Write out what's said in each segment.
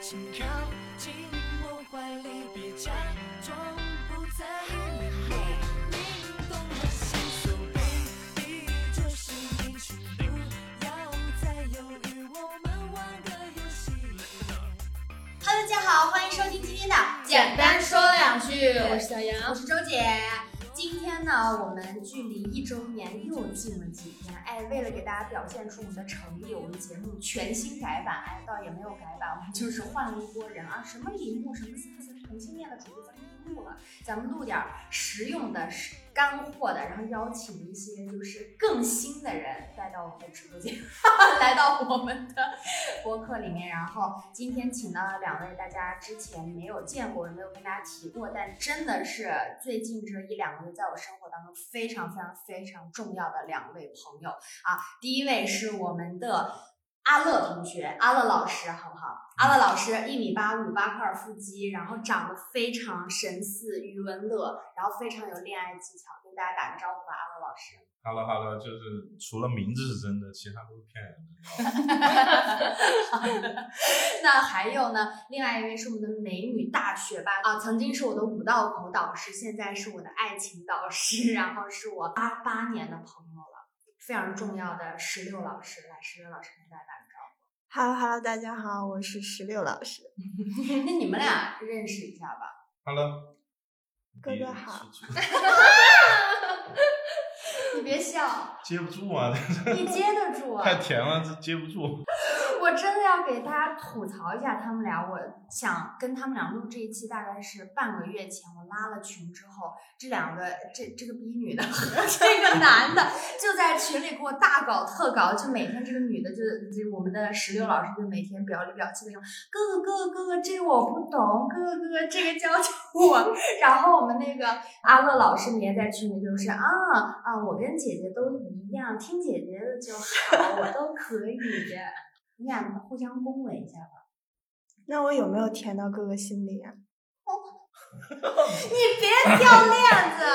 心跳进我怀里，别假装不在意。你你懂了心酸，baby 就是你，请不要再犹豫，我们玩个游戏。 Hello，大家好，欢迎收听今天的简单说两句，我是小我杨。是周姐。今天呢，我们距离一周年又近了几天。哎，为了给大家表现出我们的诚意，我们节目全新改版，哎，倒也没有改版，我们就是换了一拨人啊，什么铃木，什么三次同性恋的主题，咱们不录了，咱们录点儿实用的、实干货的，然后邀请一些就是更新的人带到我们的直播间， 来到我们的播客里面，然后今天请到了两位大家之前没有见过，也没有跟大家提过，但真的是最近这一两个月在我生活当中非常非常非常重要的两位朋友啊。第一位是我们的阿乐同学，阿乐老师，好不好？阿乐老师一米八五，八块腹肌，然后长得非常神似余文乐，然后非常有恋爱技巧，跟大家打个招呼吧，阿乐老师。哈喽哈喽，就是除了名字是真的，其他都是骗人的。 那还有呢，另外一位是我们的美女大学霸啊，曾经是我的舞道口导师，现在是我的爱情导师，然后是我八八年的朋友了，非常重要的石榴老师来，石榴老师跟大家打个招 Hello Hello，大家好，我是石榴老师。 呼。那你们俩认识一下吧。哈喽，哥哥好，你别笑，接不住啊， 你接得住啊太！甜了，这接不住。我真的要给大家吐槽一下他们俩，我想跟他们俩录这一期，大概是半个月前，我拉了群之后，这两个这这个逼女的和这个男的就在群里给我大搞特搞，就每天这个女的就就我们的石榴老师就每天表里表气的说哥哥哥哥哥哥这个我不懂，哥哥哥哥这个教教我， 然后我们那个阿乐老师也在群里就是啊啊，我跟姐姐都一样，听姐姐的就好，我都可以。你俩互相恭维一下吧。那我有没有甜到哥哥心里啊？哦你别掉链子，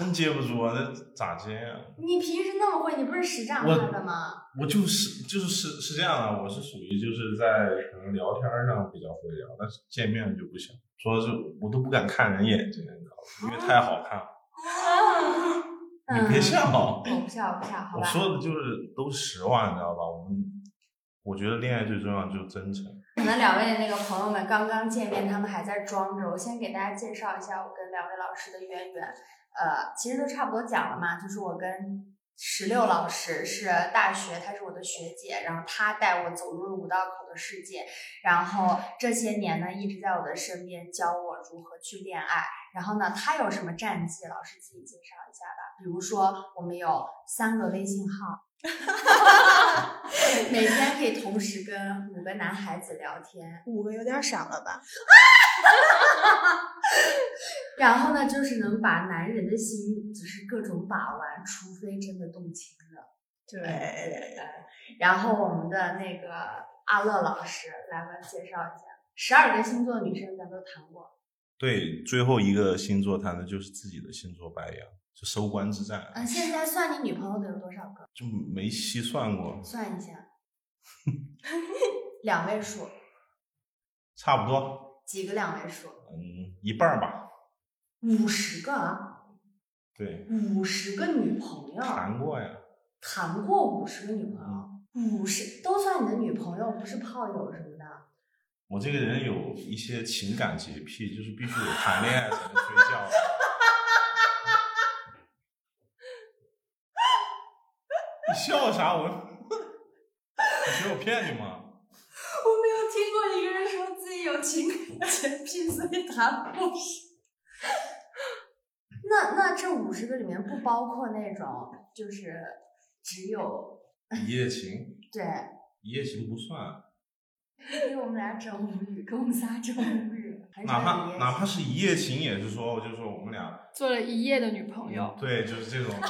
真接不住啊，这咋接啊？你平时那么会，你不是实战派的吗？我就是就是是是这样的、我是属于就是在可能聊天上比较会聊，但是见面就不行，说是我都不敢看人眼睛，你知道吗？因为太好看了。嗯，你别笑，我不笑，我不笑，好我吧。说的就是都实话，你知道吧？我们我觉得恋爱最重要就是真诚。可能两位那个朋友们刚刚见面，他们还在装着。我先给大家介绍一下我跟两位老师的渊源。呃，其实都差不多讲了嘛，就是我跟石榴老师是大学，她是我的学姐，然后她带我走入了五道口的世界，然后这些年呢一直在我的身边教我如何去恋爱。然后呢，她有什么战绩，老师自己介绍一下吧。比如说，我们有三个微信号， 每天可以同时跟五个男孩子聊天，五个有点少了吧？ 然后呢，就是能把男人的心就是各种把玩，除非真的动情了。哎对，然后我们的那个阿乐老师来，我介绍一下，十二个星座女生咱都谈过，对，最后一个星座谈的就是自己的星座白羊，就收官之战，嗯，现在算你女朋友的有多少个？就没细算过，算一下， 两位数，差不多，几个两位数？嗯，一半儿吧。五十个啊，对，五十个女朋友，谈过呀，谈过五十个女朋嗯友，五十都算你的女朋友，不是炮友什么的。我这个人有一些情感洁癖，就是必须得谈恋爱才能睡觉。 你笑啥？我，你觉得我骗你吗？我没有听过一个人说自己有情感洁癖，所以谈五十。那那这五十个里面不包括那种就是只有一夜情，对，一夜情不算，给我们俩整无语，给我们仨整无语。很少哪有怕爷哪怕是一夜情，也是说，就是说我们俩做了一夜的女朋友，对，就是这种。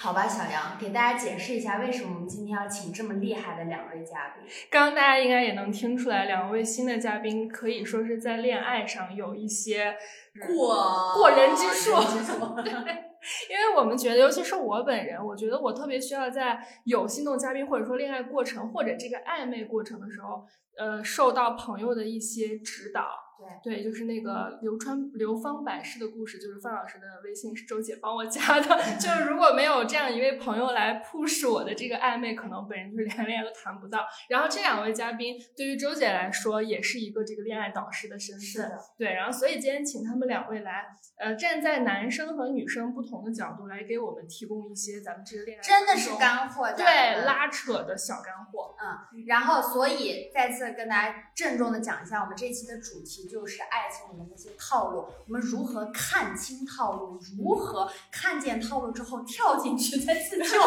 好吧，小杨给大家解释一下，为什么我们今天要请这么厉害的两位嘉宾？刚刚大家应该也能听出来，两位新的嘉宾可以说是在恋爱上有一些过过人之术 人之术对因为我们觉得，尤其是我本人，我觉得我特别需要在有心动嘉宾或者说恋爱过程或者这个暧昧过程的时候，呃，受到朋友的一些指导。对对，就是那个流川流芳百世的故事，就是范老师的微信是周姐帮我 加的。就是如果没有这样一位朋友来 push 我的这个暧昧，可能本人就是连恋爱都谈不到。然后这两位嘉宾对于周姐来说，也是一个这个恋爱导师的身份。的，对，然后所以今天请他们两位来，呃，站在男生和女生不同的角度来给我们提供一些咱们这个恋爱真的当是中干货，咱对们拉扯的小干货。然后，所以再次跟大家郑重的讲一下，我们这一期的主题就是爱情里面那些套路，我们如何看清套路，如何看见套路之后跳进去再自救，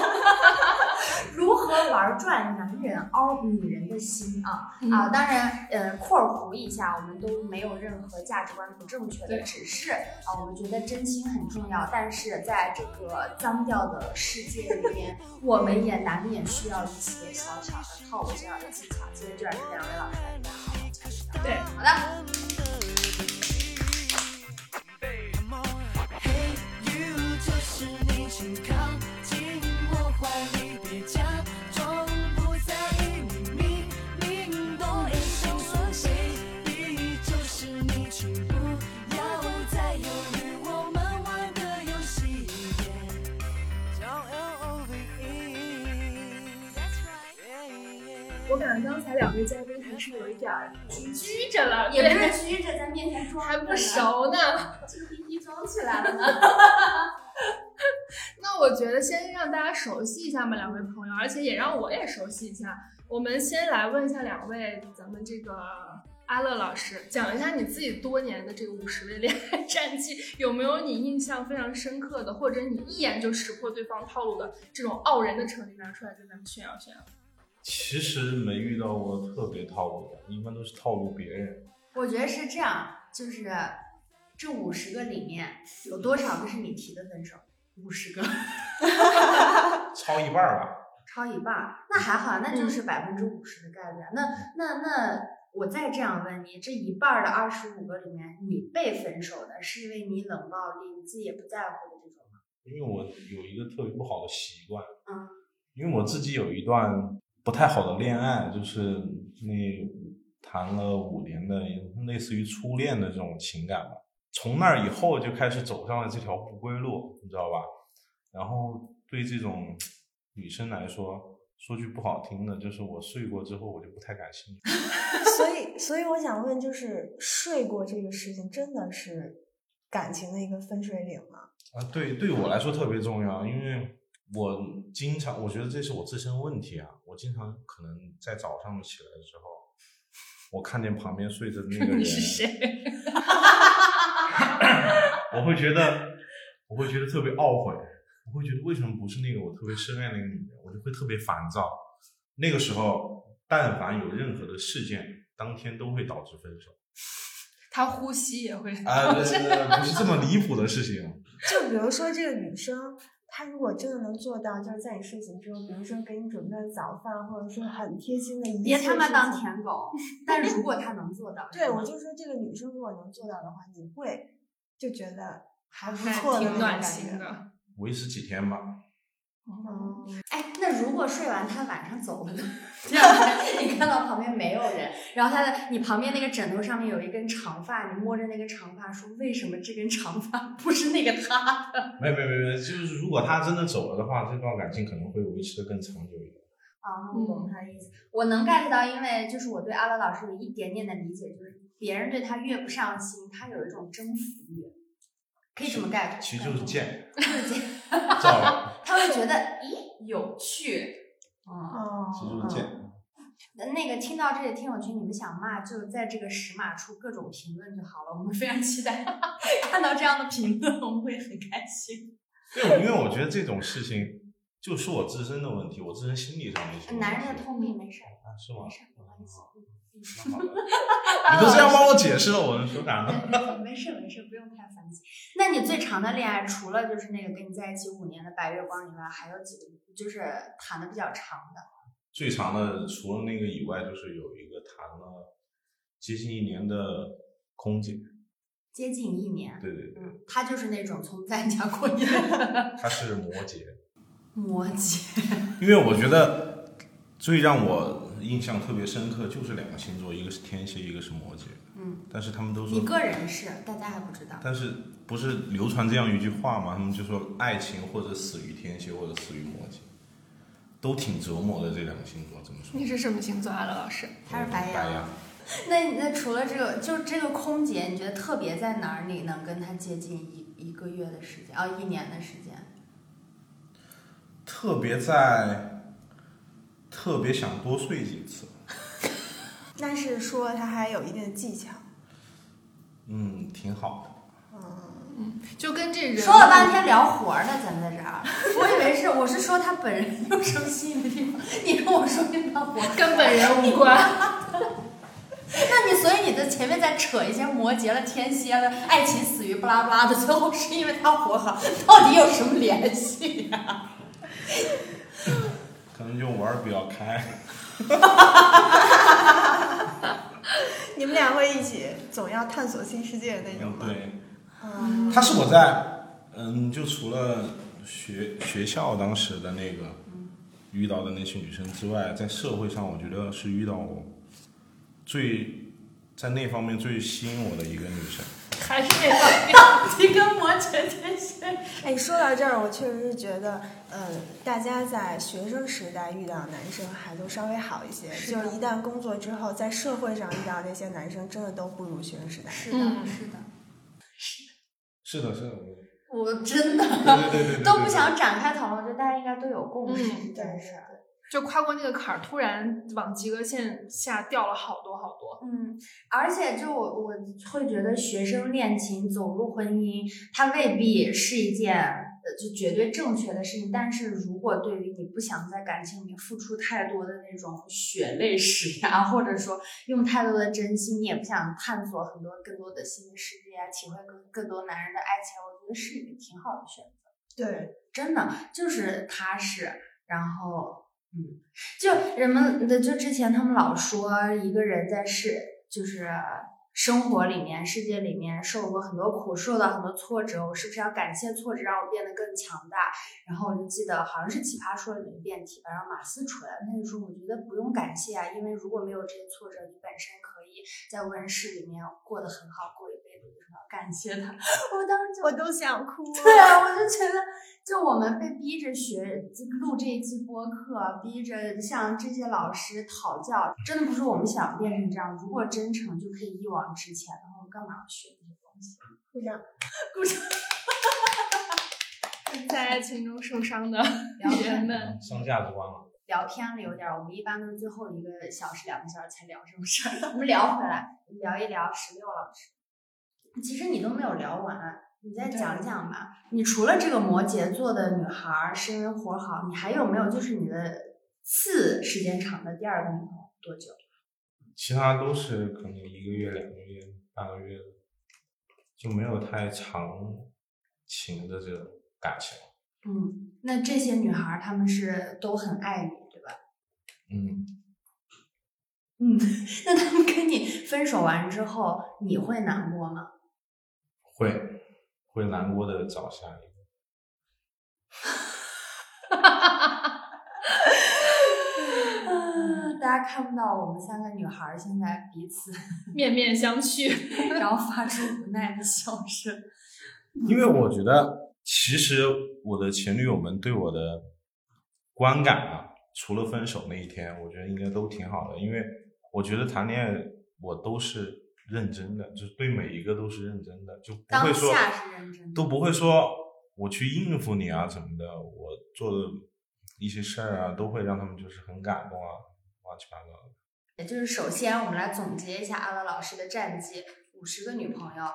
如何玩转男人凹女人的心啊、嗯啊！当然，呃，括弧一下，我们都没有任何价值观不正确的对指示啊，我们觉得真心很重要，但是在这个脏掉的世界里面。我们也难免需要一些小小的套路、小小的技巧。今天就让这两位老师来好好讲一讲。对好的。 Hey you，就是你，请靠近我怀里，别假装不在意，你明明懂得想说谁。你就是你，请不要再犹豫，我们玩的游戏叫 L O V E。我感觉刚才两位嘉宾还是有一点儿拘着了，也不对是虚着在面前装，还不，熟呢。 就皮皮装起来了呢。 那我觉得先让大家熟悉一下嘛，两位朋友，而且也让我也熟悉一下。我们先来问一下两位，咱们这个。阿乐老师，讲一下你自己多年的这个五十位恋爱战绩，有没有你印象非常深刻的，或者你一眼就识破对方套路的这种傲人的成绩拿出来跟咱们炫耀炫耀？其实没遇到过特别套路的，一般都是套路别人。我觉得是这样，就是这五十个里面有多少个是你提的分手？五十个，超一半儿吧，超一半儿，那还好，那就是百分之五十的概率啊。那那那，我再这样问你，这一半儿的二十五个里面，你被分手的是因为你冷暴力，你自己也不在乎的这种吗？因为我有一个特别不好的习惯，嗯，因为我自己有一段不太好的恋爱，就是那谈了五年的类似于初恋的这种情感吧。从那儿以后就开始走上了这条不归路，你知道吧？然后对这种女生来说，说句不好听的，就是我睡过之后我就不太感兴趣。所以，所以我想问，就是睡过这个事情，真的是感情的一个分水岭吗？啊，对，对我来说特别重要，因为我经常，我觉得这是我自身问题啊。我经常可能在早上起来的时候，我看见旁边睡着的那个人， 你是谁？ 我会觉得，我会觉得特别懊悔，我会觉得为什么不是那个我特别深爱那个女人，我就会特别烦躁。那个时候，但凡有任何的事件，当天都会导致分 手他呼吸也会啊，不是不是这么离谱的事情。就比如说这个女生，她如果真的能做到，就是在你睡醒之后，比如说给你准备了早饭，或者说很贴心的一别切他妈事当情舔狗，但如果他能 做到，对，我就说这个女生如果能做到的话，你会就觉得还不还错的挺那种暖感心觉。的。维持几天吧，嗯，哎，那如果睡完他晚上走了呢？ 第二天你看到旁边没有人，然后他的你旁边那个枕头上面有一根长发，你摸着那根长发说为什么这根长发不是那个他？没没没没，就是如果他真的走了的话，这段感情可能会维持的更长久一点。啊，我懂他的意思，我能 get 到，因为就是我对阿乐老师有一点点的理解，就是别人对他越不上心，他有一种征服欲，可以这么 get，其实就是，贱，就是贱，知道吧？ 他会觉得咦哎有趣，嗯。哦，其实就是嗯贱。那个听到这里，听友群你们想骂就在这个石码处各种评论就好了，我们非常期待 看到这样的评论，我们会很开心。对，我因为我觉得这种事情就是我自身的问题，我自身心理上的一些问题。男人的通病没事儿，啊，是吗没？事儿，没关系。嗯 那好吧你都这样帮我解释了，我能说啥呢？嗯没事没事，不用太烦心。那你最长的恋爱，除了就是那个跟你在一起五年的白月光以外，还有几个就是谈的比较长的？最长的除了那个以外，就是有一个谈了接近一年的空姐，接近一年。对对对，嗯，他就是那种从不在你家过年 的他是摩羯，摩羯。因为我觉得最让我印象特别深刻就是两个星座，一个是天蝎，一个是摩羯。嗯，但是他们都说你个人是，大家还不知道。但是不是流传这样一句话吗？他们就说爱情或者死于天蝎，或者死于摩羯，都挺折磨的。这两个星座怎么说？你是什么星座啊，乐老师？他是白羊白羊，那那除了这个，就这个空姐，你觉得特别在哪儿？你能跟她接近一一个月的时间，哦，一年的时间？特别在特别想多睡几次。那是说他还有一定的技巧。嗯，挺好的。嗯，就跟这人说了半天聊活儿呢，咱们在这儿，啊我以为是，我是说他本人有什么吸引的地方，你跟我说这帮活儿，跟本人无关。那你所以你的前面在扯一些摩羯了、天蝎了、爱情死于不拉不拉的，最后是因为他活好，到底有什么联系啊呀、可能就玩儿比较开，你们俩会一起总要探索新世界的那种吗？对，嗯，他是我在，嗯，就除了学学校当时的那个遇到的那些女生之外，在社会上，我觉得是遇到我最在那方面最吸引我的一个女生。还是那 个，你跟摩羯天蝎，哎，说到这儿，我确实是觉得，呃，大家在学生时代遇到男生还都稍微好一些，是就的是一旦工作之后，在社会上遇到那些男生，真的都不如学生时代。是嗯是的，是的，是的，我真的对对对对对，都不想展开讨论，这大家应该都有共识，嗯真是。就跨过那个坎儿，突然往及格线下掉了好多好多。嗯，而且就我我会觉得学生恋情走入婚姻，它未必是一件呃就绝对正确的事情。但是如果对于你不想在感情里付出太多的那种血泪史呀，或者说用太多的真心，你也不想探索很多更多的新的世界啊，体会更更多男人的爱情，我觉得是一个挺好的选择。对，真的就是踏实，然后嗯，就人们的就之前他们老说一个人在世就是生活里面、世界里面受过很多苦，受到很多挫折，我是不是要感谢挫折让我变得更强大？然后我就记得好像是《奇葩说》里面辩题吧，然后马思纯他就说，我觉得不用感谢啊，因为如果没有这些挫折，你本身可以在温室里面过得很好，过一辈子，为什么要感谢他？我当时就我都想哭。对啊，我就觉得，就我们被逼着学录这一期播客，逼着向这些老师讨教，真的不是我们想变成这样。如果真诚，就可以一往直前的话，我干嘛要学这些东西？鼓掌。在爱情中受伤的聊人天们，上价值观了。聊偏了有点儿，我们一般都是最后一个小时、两个小时才聊这种事儿。我 们聊回来，聊一聊十六老师。其实你都没有聊完，你再对讲讲吧。你除了这个摩羯座的女孩儿是因为活好，你还有没有就是你的次时间长的第二个女朋友多久？其他都是可能一个月、两个月、半个月，就没有太长情的这种感情。嗯，那这些女孩儿她们是都很爱你， 对吧？嗯，嗯，那她们跟你分手完之后，你会难过吗？会会难过的找下一个。啊， 大家看不到我们三个女孩儿现在彼此面面相觑。然后发出无奈的笑声。因为我觉得，其实我的前女友们对我的观感啊，除了分手那一天，我觉得应该都挺好的。因为我觉得谈恋爱我都是认真的，就是对每一个都是认真的，就不当会说下是认真的都不会说我去应付你啊什么的。我做的一些事儿啊，都会让他们就是很感动啊，乱七八糟的。也就是首先我们来总结一下阿乐老师的战绩。五十个女朋友， 然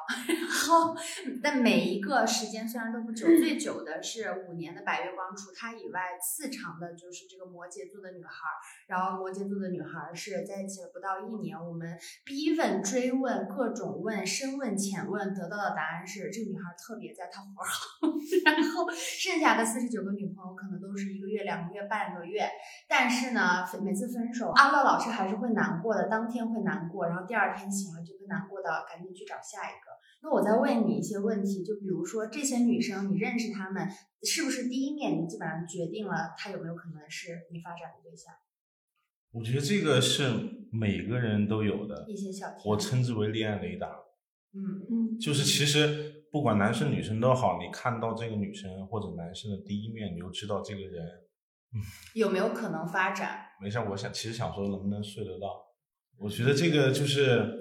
后但每一个时间虽然都不久，最久的是五年的白月光，除她以外，次长的就是这个摩羯座的女孩儿。然后摩羯座的女孩儿是在一起了不到一年，我们逼问、追问、各种问、深问、浅问，得到的答案是这个女孩儿特别在，她活儿好。 然后剩下的四十九个女朋友可能都是一个月、两个月、半个月，但是呢，分每次分手，阿乐老师还是会难过的，当天会难过，然后第二天醒了就会难过到赶紧去找下一个。那我再问你一些问题，就比如说这些女生，你认识她们是不是第一面你基本上决定了她有没有可能是你发展的对象？我觉得这个是每个人都有的，一些小题，我称之为恋爱雷达。嗯嗯就是其实不管男生女生都好，你看到这个女生或者男生的第一面，你就知道这个人有没有可能发展？没事儿，我想其实想说能不能睡得到，我觉得这个就是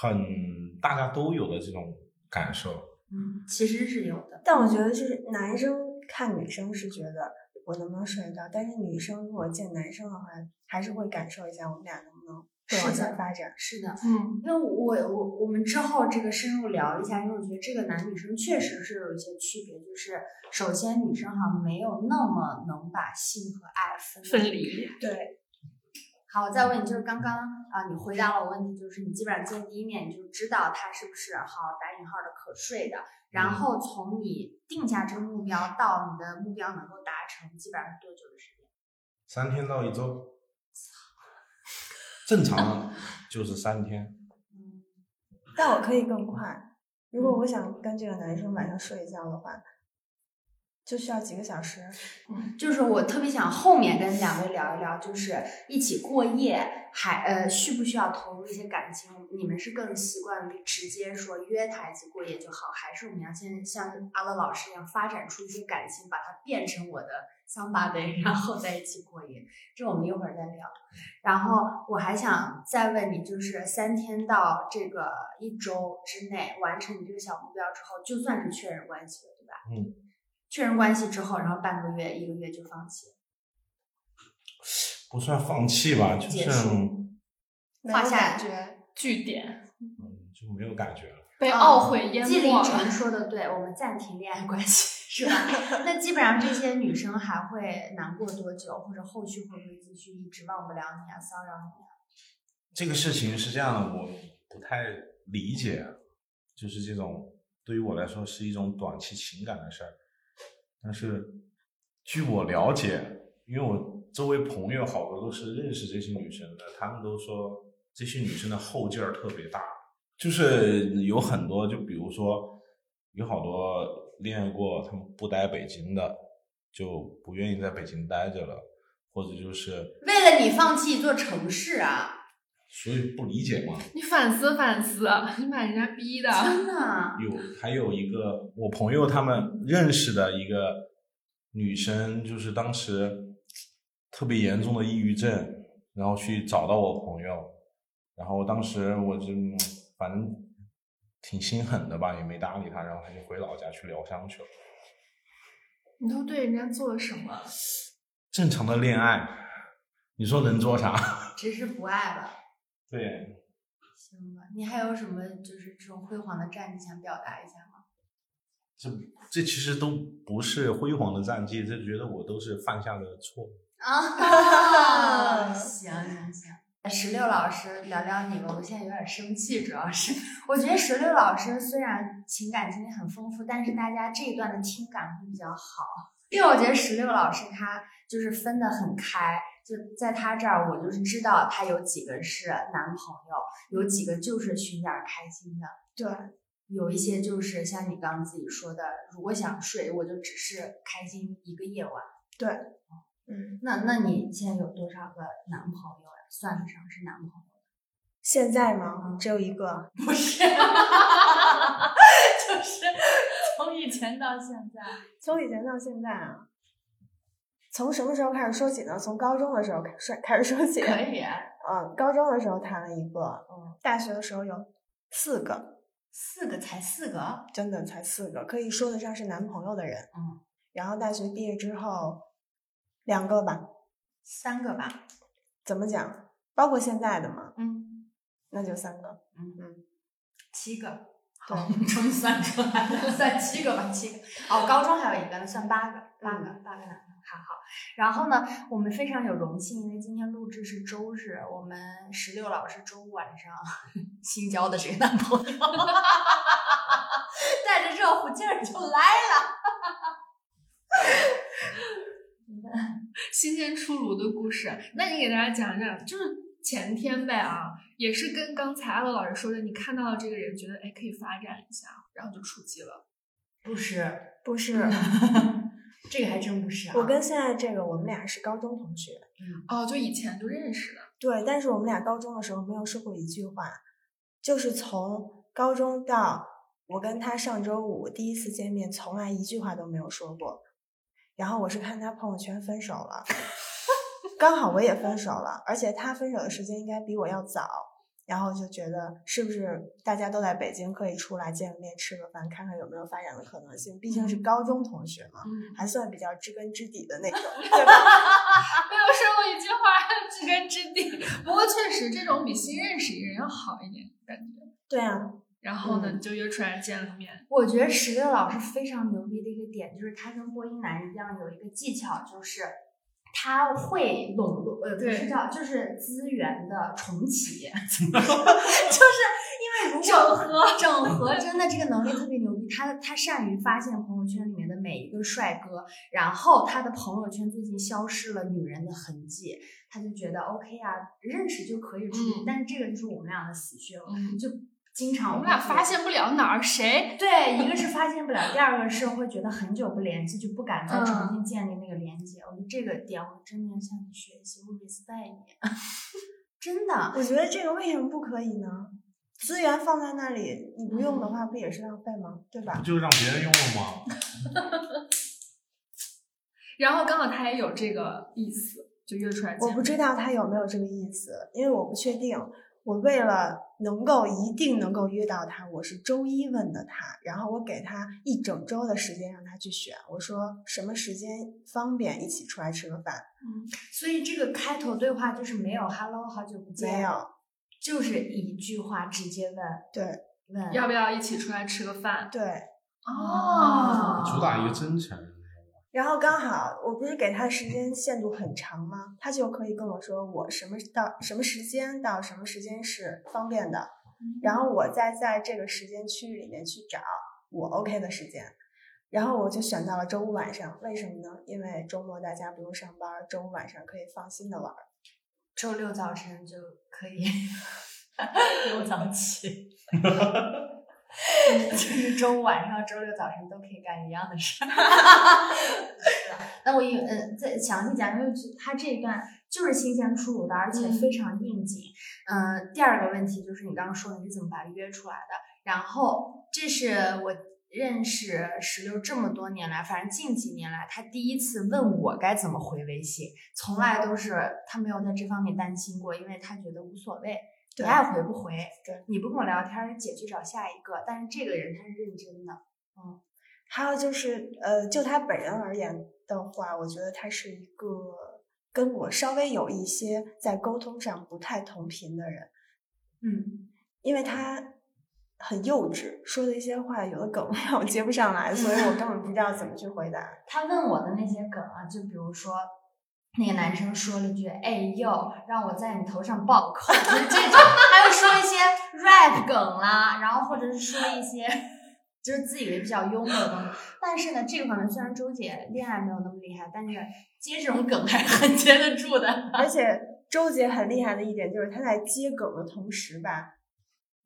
很大家都有的这种感受。嗯，其实是有的。但我觉得就是男生看女生是觉得我能不能睡得到，但是女生如果见男生的话，还是会感受一下我们俩能不能往是的前发展。是的，嗯，因为我我我们之后这个深入聊一下，因为我觉得这个男女生确实是有一些区别，就是首先女生哈没有那么能把性和爱分分。离。对，好，我再问你，就是刚刚啊、你回答了我问题，就是你基本上见第一面你就知道他是不是好打引号的可睡的，嗯然后从你定下这个目标到你的目标能够达成，基本上是多久的时间？三天到一周，正常就是三天。嗯，但我可以更快。如嗯果我想跟这个男生晚上睡一觉的话，就需要几个小时。就是我特别想后面跟两位聊一聊，就是一起过夜，还呃需不需要投入一些感情？你们是更习惯于直接说约他一起过夜就好，还是我们要先像阿乐老师一样发展出一些感情，把它变成我的 somebody，然后在一起过夜？这我们一会儿再聊。然后我还想再问你，就是三天到这个一周之内完成你这个小目标之后，就算是确认关系了，对吧？嗯。确认关系之后，然后半个月、一个月就放弃，不算放弃吧，就结是束嗯没有画下感觉，据点嗯就没有感觉了。被啊懊悔淹纪没凌了。尘说的对，我们暂停恋爱关系，是吧？ 那基本上这些女生还会难过多久，或者后续会不会继续一直忘不了你啊，骚扰你啊？这个事情是这样的，我不太理解，啊就是这种对于我来说是一种短期情感的事儿，但是据我了解，因为我周围朋友好多都是认识这些女生的，他们都说这些女生的后劲儿特别大，就是有很多，就比如说有好多恋爱过，他们不待北京的，就不愿意在北京待着了，或者就是为了你放弃一座城市啊！所以不理解嘛。你反思反 思，你把人家逼 的。真的啊，有还有一个我朋友他们认识的一个女生，就是当时特别严重的抑郁症，然后去找到我朋友，然后当时我就嗯反正挺心狠的吧，也没搭理他，然后他就回老家去疗伤去了。你都对人家做了什 么？正常的恋爱，你说能做啥？ 只是不爱了。对，行吧，你还有什么就是这种辉煌的战绩想表达一下吗？这这其实都不是辉煌的战绩，这觉得我都是犯下的错。啊， 行行行。石榴老师，聊聊你吧，我现在有点生气，主要是我觉得石榴老师虽然情感经历很丰富，但是大家这一段的听感会比较好，因为我觉得石榴老师他就是分得很开，就在他这儿，我就是知道他有几个是男朋友，有几个就是寻点儿开心的，对，有一些就是像你刚刚自己说的，如果想睡，我就只是开心一个夜晚。嗯，那那你现在有多少个男朋友呀、算得上是男朋友？现在吗？只有一个。不是，就是从以前到现在，从以前到现在啊，从什么时候开始说起呢？从高中的时候开始开始说起。可以啊嗯，高中的时候谈了一个，嗯，大学的时候有四个，四个才四个，真的才四个，可以说得上是男朋友的人。嗯，然后大学毕业之后，两个吧，三个吧。怎么讲？包括现在的嘛，嗯 那就三个。嗯，七个。对好，终于算出来了，算七个吧，七个。哦，高中还有一个，那算八个，八个，八个男的。好好，然后呢，我们非常有荣幸，因为今天录制是周日，我们石榴老师周五晚上 新交的这个男朋友， 带着热乎劲儿就来新鲜出炉的故事，那你给大家讲讲，就是前天呗啊，也是跟刚才阿乐老师说的，你看到了这个人，觉得哎可以发展一下，然后就出击了。不是，不是，这个还真不是啊。我跟现在这个我们俩是高中同学，哦，就以前就认识的。对，但是我们俩高中的时候没有说过一句话，就是从高中到我跟他上周五第一次见面，从来一句话都没有说过。然后我是看他朋友圈分手了， 刚好我也分手了，而且他分手的时间应该比我要早，然后就觉得是不是大家都在北京，可以出来见个面吃个饭，看看有没有发展的可能性？毕竟是高中同学嘛，嗯还算比较知根知底的那种， 对吧？啊没有说过一句话，知根知底。不过确实，这种比新认识一个人要好一点，感觉。对啊，然后呢，你就约出来见了面。我觉得石榴老师非常牛逼的一个点，就是他跟播音男一样有一个技巧，就是他会笼络，呃，不对是叫，就是资源的重 启，就是因为如果整合整合真的这个能力特别牛逼，他他善于发现朋友圈里面的每一个帅哥，然后他的朋友圈最近消失了女人的痕迹，他就觉得 OK 啊，认识就可以出去，嗯但是这个就是我们俩的死穴了，嗯，就经常我们俩会发现不了哪儿谁。对，一个是发现不了，第二个是会觉得很久不联系，就不敢再重嗯新建立那个连接。我觉得这个点，我真的要向你学习，我 respect 你， 真的。我觉得这个为什么不可以呢？资源放在那里，你不用的话，不也是浪费吗？对吧不？就让别人用了吗？然后刚好他也有这个意思，就约出来见。我不知道他有没有这个意思，因为我不确定。我为了能够一定能够约到他，我是周一问的他，然后我给他一整周的时间让他去选，我说什么时间方便一起出来吃个饭？所以这个开头对话就是没有 “hello”，好久不见，没有，，就是一句话直接问对问要不要一起出来吃个饭？对。哦主打一个真诚。然后刚好我不是给他时间限度很长吗？他就可以跟我说我什么到什么时间到什么时间是方便的，然后我再在这个时间区域里面去找我 OK 的时间，然后我就选到了周五晚上。为什么呢？因为周末大家不用上班，周五晚上可以放心的玩儿。周六早晨就可以 不用早起。 就是周五晚上、周六早晨都可以干一样的事。那我也嗯，再详细讲，因为他这一段就是新鲜出炉的，而且非常应景。嗯、第二个问题就是你刚刚说你是怎么把他约出来的？然后这是我认识石榴这么多年来，反正近几年来，他第一次问我该怎么回微信，从来都是他没有在这方面担心过，因为他觉得无所谓，你对爱回不回，对，你不跟我聊天儿，姐去找下一个。但是这个人他是认真的，还有就是，呃，就他本人而言的话，我觉得他是一个跟我稍微有一些在沟通上不太同频的人。嗯，因为他很幼稚，说的一些话有的梗让我 接不上来，所以我根本不知道怎么去回答。他问我的那些梗啊，就比如说。那个男生说了一句“哎呦”，让我在你头上暴扣，就是这种。还有说一些 rap 梗啦，然后或者是说一些就是自以为比较幽默的东西。但是呢，这个方面虽然周姐恋爱没有那么厉害，但是接这种梗还是很接得住的。而且周姐很厉害的一点就是她在接梗的同时吧，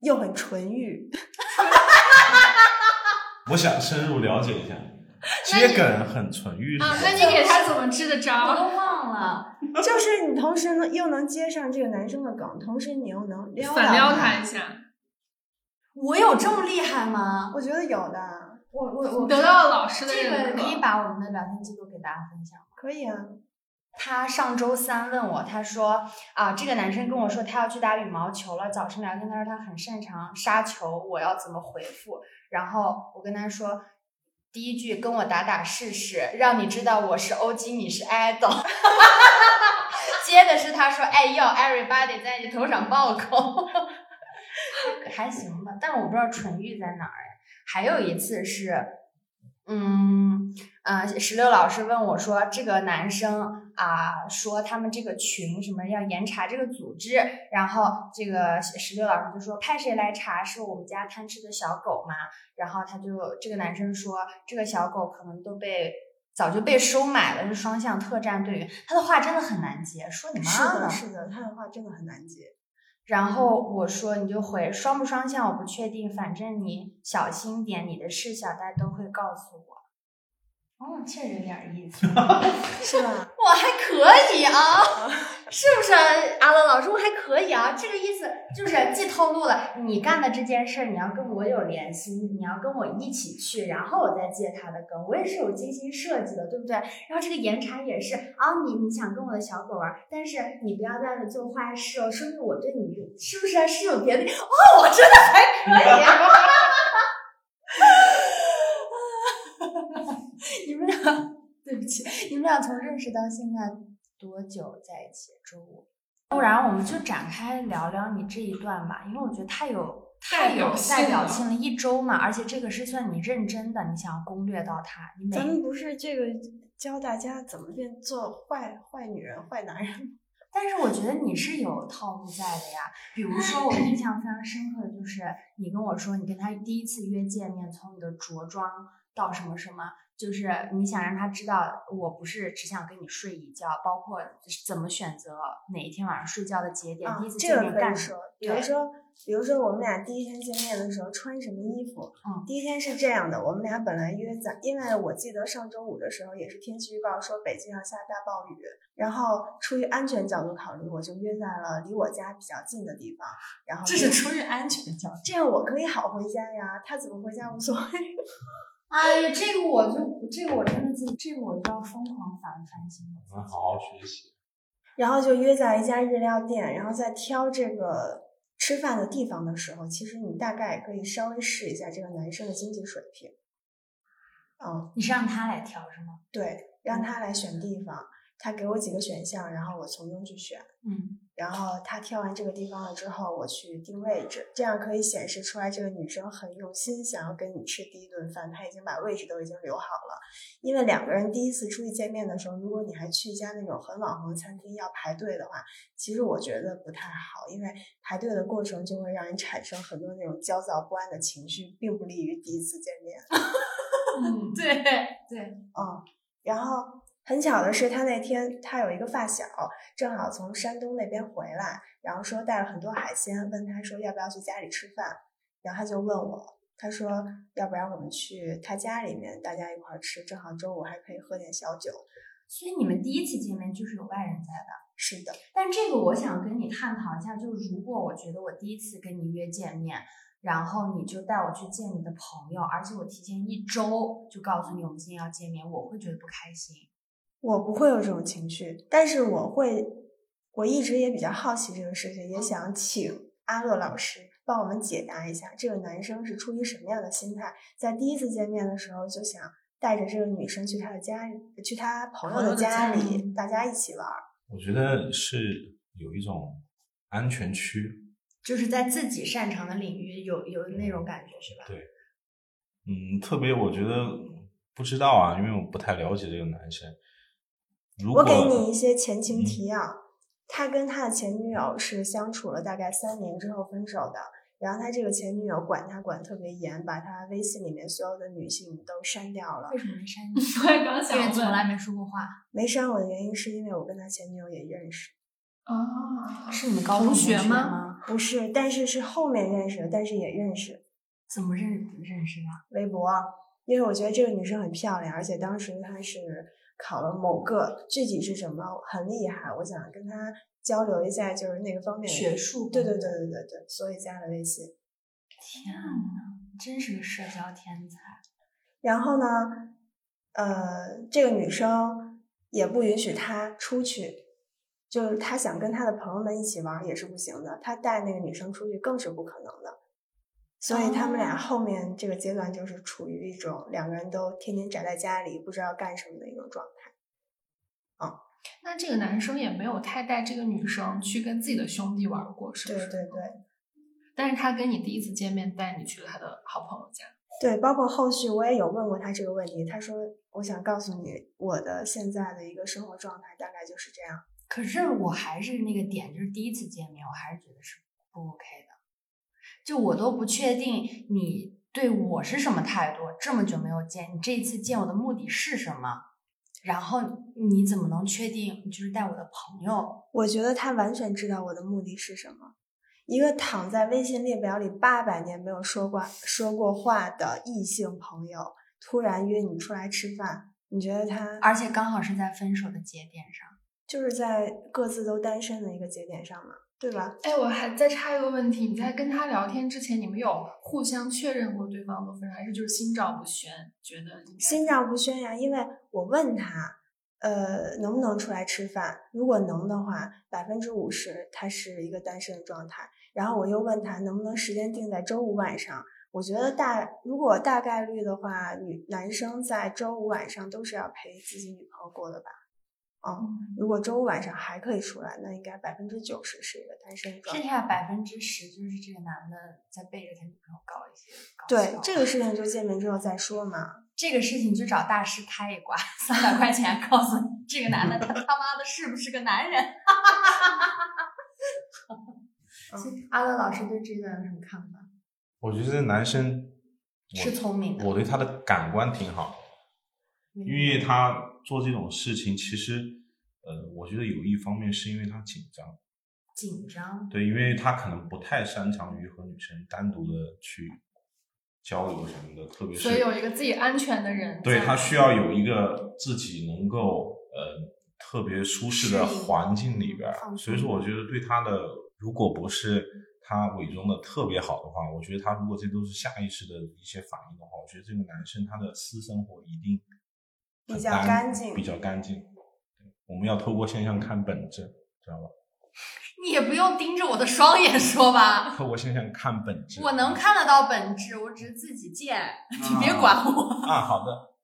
又很纯欲。我想深入了解一下，接梗很纯欲是啊吧，？那你给他怎么支的我招？都忘了。就是你同时呢又能接上这个男生的梗，同时你又能撩反撩到他。一下，我有这么厉害吗？我觉得有的，我我得到了老师的这个认可以可。把我们的聊天记录给大家分享。可以啊。他上周三问我，他说啊，这个男生跟我说他要去打羽毛球了。早晨聊天，他说他很擅长杀球，我要怎么回复？然后我跟他说，第一句跟我打打试试，让你知道我是欧几，你是 idol。接的是他说，哎呦，everybody 在你头上暴扣，还行吧，但我不知道纯欲在哪儿哎。还有一次是，嗯。呃，石榴老师问我说，这个男生啊、说他们这个群什么要严查这个组织，然后这个石石榴老师就说派谁来查？是我们家贪吃的小狗吗？然后他就这个男生说，这个小狗可能都被早就被收买了，是双向特战队员。他的话真的很难接，说你是妈的，呢！ 是的，他的话真的很难接。然后我说你就回双不双向我不确定，反正你小心点，你的事小戴都会告诉我。哦，这有点意思，是吧？我还可以啊，是不是阿乐老师？我还可以啊，这个意思就是既透露了你干的这件事，你要跟我有联系，你要跟我一起去，然后我再接他的梗，我也是有精心设计的，对不对？然后这个严查也是啊，你你想跟我的小狗玩，但是你不要在那做坏事哦，说明我对你是不是是有别的哦？我真的还可以、啊。 你们俩，对不起，你们俩从认识到现在多久在一起？周五，要不哦然我们就展开聊聊你这一段吧，因为我觉得太有太有代代表表性性了了，一周嘛，而且这个是算你认真的，你想要攻略到他，你咱每，们不是这个教大家怎么变做坏坏女人、坏男人吗？但是我觉得你是有套路在的呀，比如说我印象非常深刻的就是你跟我说你跟他第一次约见面，从你的着装到什么什么。就是你想让他知道，我不是只想跟你睡一觉，包括就是怎么选择哪一天晚上睡觉的节点，啊第一次，这见个面可以干什说么。，比如对说，比如说我们俩第一天见面的时候穿什么衣服，嗯第一天是这样的，我们俩本来约在，因为我记得上周五的时候也是天气预报说北京要下大暴雨，然后出于安全角度考虑，我就约在了离我家比较近的地方，然后这是出于安全角度。这样我可以好回家呀，他怎么回家无所谓。哎呀，这个我就这个我真的自己，这个我就要疯狂反反省我我们自己。好好学习。然后就约在一家日料店，然后在挑这个吃饭的地方的时候，其实你大概可以稍微试一下这个男生的经济水平。嗯，你是让他来挑是吗？对，让他来选地方，他给我几个选项，然后我从中去选。嗯，然后他挑完这个地方了之后，我去定位置，这样可以显示出来这个女生很用心，想要跟你吃第一顿饭，她已经把位置都已经留好了。因为两个人第一次出去见面的时候，如果你还去一家那种很网红的餐厅要排队的话，其实我觉得不太好，因为排队的过程就会让人产生很多那种焦躁不安的情绪，并不利于第一次见面。嗯，对对，嗯，然后很巧的是，他那天他有一个发小，正好从山东那边回来，然后说带了很多海鲜，问他说要不要去家里吃饭，然后他就问我，他说要不然我们去他家里面，大家一块儿吃，正好周五还可以喝点小酒。所以你们第一次见面就是有外人在的。是的，但这个我想跟你探讨一下，就如果我觉得我第一次跟你约见面，然后你就带我去见你的朋友，而且我提前一周就告诉你我们今天要见面，我会觉得不开心。我不会有这种情绪，但是我会，我一直也比较好奇这个事情，也想请阿乐老师帮我们解答一下，这个男生是出于什么样的心态，在第一次见面的时候就想带着这个女生去他的家里，去他朋友朋友的的家家里，大家一起玩儿。我觉得是有一种安全区，就是在自己擅长的领域有有那种感觉是吧？嗯，特别我觉得不知道啊，因为我不太了解这个男生。如果嗯我给你一些前情提要，他跟他的前女友是相处了大概三年之后分手的。然后他这个前女友管他管得特别严，把他微信里面所有的女性都删掉了。 为什么没删 你？我也刚想因为问，从来没说过话。没删我的原因是因为我跟他前女友也认识，啊，是你们高同中学吗吗？不是，但是是后面认识的，但是也认识怎么认认识的？微博，因为我觉得这个女生很漂亮，而且当时她是考了某个具体是什么很厉害，我想跟她交流一下，就是那个方面的学术对对对对对对，所以加了微信。天呐，真是个社交天才。然后呢，呃，这个女生也不允许他出去，就是他想跟他的朋友们一起玩儿也是不行的，他带那个女生出去更是不可能的。所以他们俩后面这个阶段就是处于一种两个人都天天宅在家里不知道干什么的一种状态。那这个男生也没有太带这个女生去跟自己的兄弟玩过，是对不是？对对但是他跟你第一次见面，带你去了他的好朋友家。对，包括后续我也有问过他这个问题，他说：“我想告诉你，我的现在的一个生活状态大概就是这样。”可是我还是那个点，就是第一次见面，我还是觉得是不 OK 的。就我都不确定你对我是什么态度，这么久没有见，你这一次见我的目的是什么？然后你怎么能确定就是带我的朋友？我觉得他完全知道我的目的是什么，一个躺在微信列表里八百年没有说过说过话的异性朋友突然约你出来吃饭，你觉得他而且刚好是在分手的节点上。就是在各自都单身的一个节点上嘛，对吧？哎，我还再插一个问题，你在跟他聊天之前，你们有互相确认过对方的分手，还是就是心照不宣，觉得应该心照不宣呀，因为我问他，呃，能不能出来吃饭？如果能的话，百分之五十他是一个单身的状态。然后我又问他能不能时间定在周五晚上。我觉得大如果大概率的话，女男生在周五晚上都是要陪自己女朋友过的吧？嗯，如果周五晚上还可以出来，那应该百分之九十是一个单身状态剩。下百分之十就是这个男的在背着他女朋友搞一些搞对笑这个事情就见面之后再说嘛。这个事情你就找大师开一卦，三百块钱告诉你这个男的他他妈的是不是个男人。 嗯阿乐老师对这段有什么看法？我觉得这男生我是聪明的，我对他的感官挺好的，因为他做这种事情，其实呃，我觉得有一方面是因为他紧张，紧张，对，因为他可能不太擅长于和女生单独的去交流什么的，特别是所以有一个自己安全的人在，对他需要有一个自己能够呃特别舒适的适应环境里边儿放，松所以说我觉得对他的，如果不是他伪装的特别好的话，我觉得他如果这都是下意识的一些反应的话，我觉得这个男生他的私生活一定比很较单干净比较干净。对我们要透过现象看本质， 知道吧？你也不用盯着我的双眼说吧，透过现象看本质，我能看得到本质，我只是自己贱，你别啊管我。啊。好的，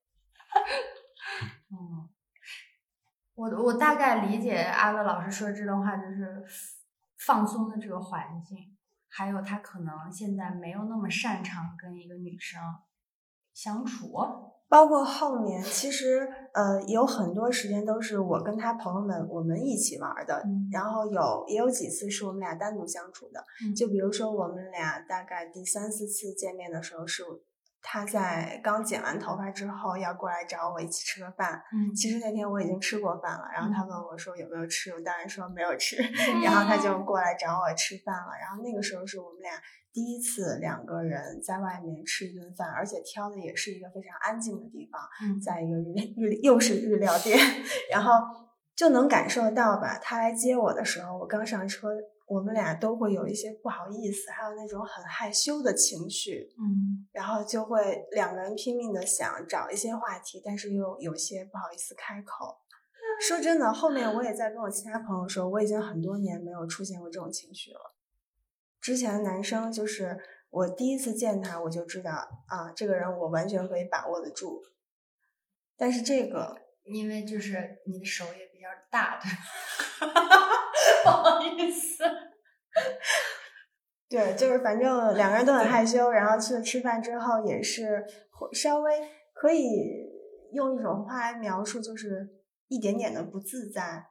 嗯，我我大概理解阿乐老师说这段话，就是放松的这个环境，还有他可能现在没有那么擅长跟一个女生相处。包括后面，其实呃有很多时间都是我跟他朋友们我们一起玩儿的，嗯然后有也有几次是我们俩单独相处的。嗯就比如说我们俩大概第三四次见面的时候，是他在刚剪完头发之后要过来找我一起吃个饭。嗯其实那天我已经吃过饭了，然后他问我说有没有吃，我当然说没有吃，然后他就过来找我吃饭了。然后那个时候是我们俩第一次两个人在外面吃一顿饭，而且挑的也是一个非常安静的地方，嗯在一个日日又是日料店， 然后就能感受到吧。他来接我的时候，我刚上车，我们俩都会有一些不好意思，还有那种很害羞的情绪。嗯，然后就会两个人拼命的想找一些话题，但是又有些不好意思开口。说真的，后面我也在跟我其他朋友说，我已经很多年没有出现过这种情绪了。之前的男生就是我第一次见他，我就知道啊，这个人我完全可以把握得住。但是这个因为就是你的手也比较大， 对吧？ 不好意思，对，就是反正两个人都很害羞，然后去吃饭之后也是会稍微可以用一种话来描述，就是一点点的不自在。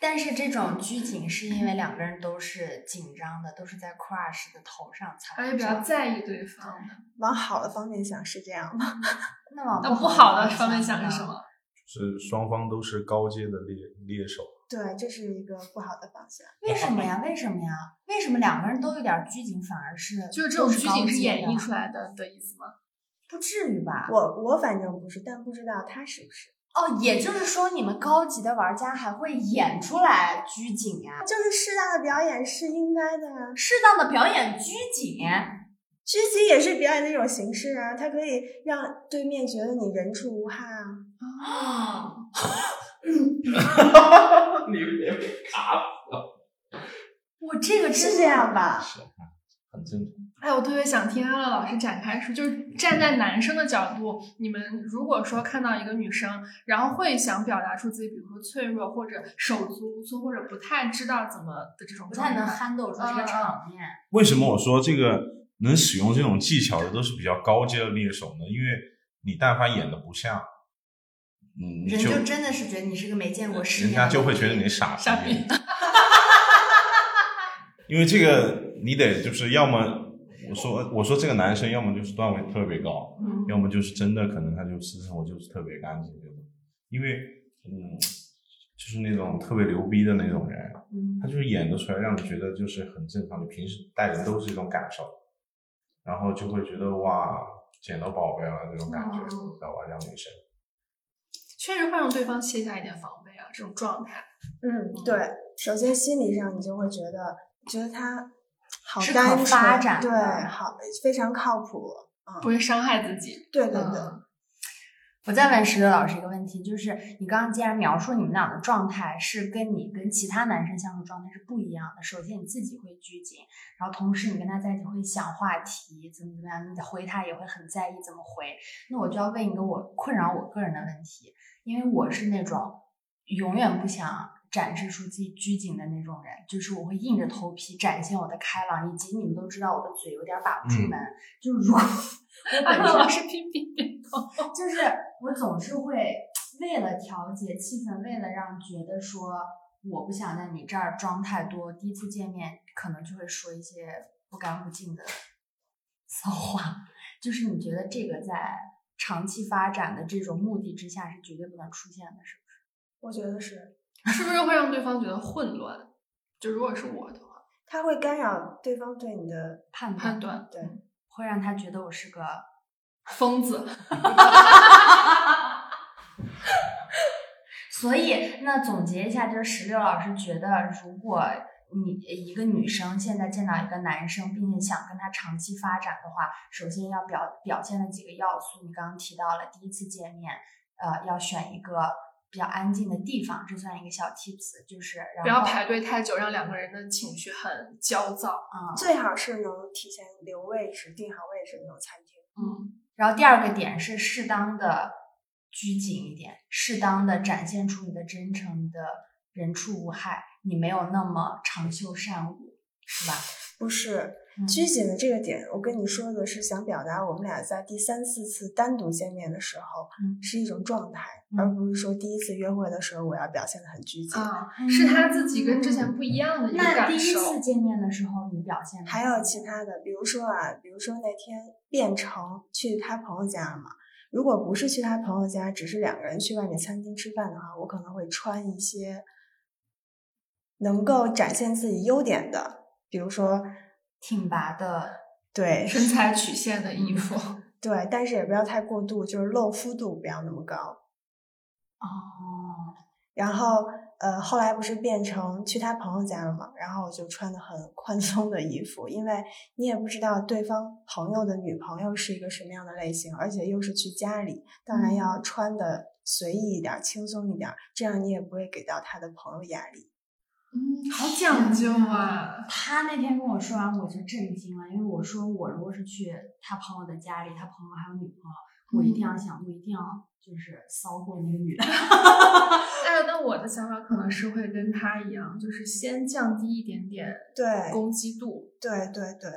但是这种拘谨是因为两个人都是紧张的，都是在 crush 的头上才而会哎且比这样。较在意对方的。往好的方面想是这样吗？那往那不好的方方面面嗯想呢是什？么？是双方都是高阶的猎猎手。对，这是一个不好的方向。为什么 呀？为什么呀？为什么两个人都有点拘谨，反而是就是这种拘谨是演绎出来，来的的意思吗？不至于吧？我我反正不是，但不知道他是不是，哦，也就是说，你们高级的玩家还会演出来拘谨呀、就是适当的表演是应该的啊。适当的表演拘谨，拘谨也是表演的一种形式啊，它可以让对面觉得你人畜无害啊。啊哦，你别卡，我这个是这样吧？是嗯很正常。哎，我特别想听阿乐老师展开说，就是站在男生的角度，你们如果说看到一个女生，然后会想表达出自己，比如说脆弱或者手足无措，或者不太知道怎么的这种不状态，太能 handle 住这个场面。为什么我说这个能使用这种技巧的都是比较高阶的猎手呢？因为你但凡演的不像，嗯，你人就真的是觉得你是个没见过世人面，家就会觉得你傻逼。傻逼因为这个你得就是要么我说我说这个男生，要么就是段位特别高，嗯要么就是真的可能他就私生活就是特别干净这种。因为嗯，就是那种特别牛逼的那种人，嗯他就是演得出来，让你觉得就是很正常，你平时待人都是一种感受，然后就会觉得哇，捡到宝贝了这种感觉，哦你知道吧？让女生，确实会让对方卸下一点防备啊，这种状态嗯，对，首先心理上你就会觉得，觉得他好是可单纯，发展对，的好，非常靠谱，嗯不会伤害自己。对对对，嗯，我再问石榴老师一个问题，就是你刚刚既然描述你们俩的状态是跟你跟其他男生相处状态是不一样的，首先你自己会拘谨，然后同时你跟他在一起会想话题，怎么怎么样，你得回他也会很在意怎么回。那我就要问一个我困扰我个人的问题，因为我是那种永远不想展示出自己拘谨的那种人，就是我会硬着头皮展现我的开朗，以及你们都知道我的嘴有点把不住门，就是如果我本身老师批评你。 就是我总是会为了调节气氛，为了让觉得说我不想在你这儿装太多，第一次见面可能就会说一些不干不净的骚话。就是你觉得这个在长期发展的这种目的之下是绝对不能出现的，是吧？我觉得是，嗯是不是会让对方觉得混乱？就如果是我的话，他会干扰对方对你的，判断判断对，会让他觉得我是个疯子，所以，那总结一下，就是石榴老师觉得，如果你一个女生现在见到一个男生，并且想跟他长期发展的话，首先要表表现的几个要素，你刚刚提到了第一次见面，呃，要选一个比较安静的地方，这算一个小 tips，就是然后不要排队太久，让两个人的情绪很焦躁。啊、最好是能提前留位置、定好位置那种餐厅。嗯，然后第二个点是适当的拘谨一点，适当的展现出你的真诚，你的人畜无害，你没有那么长袖善舞，是吧？不是嗯拘谨的这个点，我跟你说的是想表达我们俩在第三四次单独见面的时候嗯是一种状态，嗯而不是说第一次约会的时候我要表现的很拘谨。啊，是他自己跟之前不一样的一个那第感一受。次见面的时候，你表现得还有其他的，比如说啊，比如说那天变成去他朋友家嘛，如果不是去他朋友家，只是两个人去外面餐厅吃饭的话，我可能会穿一些能够展现自己优点的，比如说挺拔的，对 身材曲线的衣服，对，但是也不要太过度，就是露肤度不要那么高。哦，然后呃，后来不是变成去他朋友家了嘛，然后我就穿的很 宽松的衣服，因为你也不知道对方朋友的女朋友是一个什么样的类型，而且又是去家里，当然要穿的随意一点儿，轻松一点儿，这样你也不会给到他的朋友压力。嗯，好讲究啊！他那天跟我说完，我就震惊了，因为我说我如果是去他朋友的家里，他朋友还有女朋友，我一嗯定要想，我一定要就是骚过那个 女的。 哎，那我的想法可能是会跟他一样，就是先降低一点点对攻击度。对对对，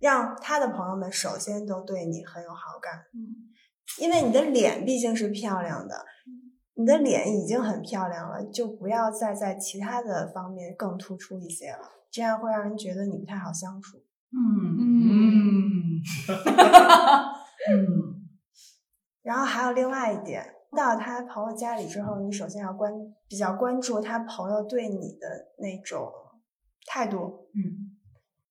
让他的朋友们首先都对你很有好感。嗯，因为你的脸毕竟是漂亮的，你的脸已经很漂亮了，就不要再在其他的方面更突出一些了，这样会让人觉得你不太好相处。嗯嗯嗯，然后还有另外一点，到他朋友家里之后，你首先要关比较关注他朋友对你的那种态度。嗯，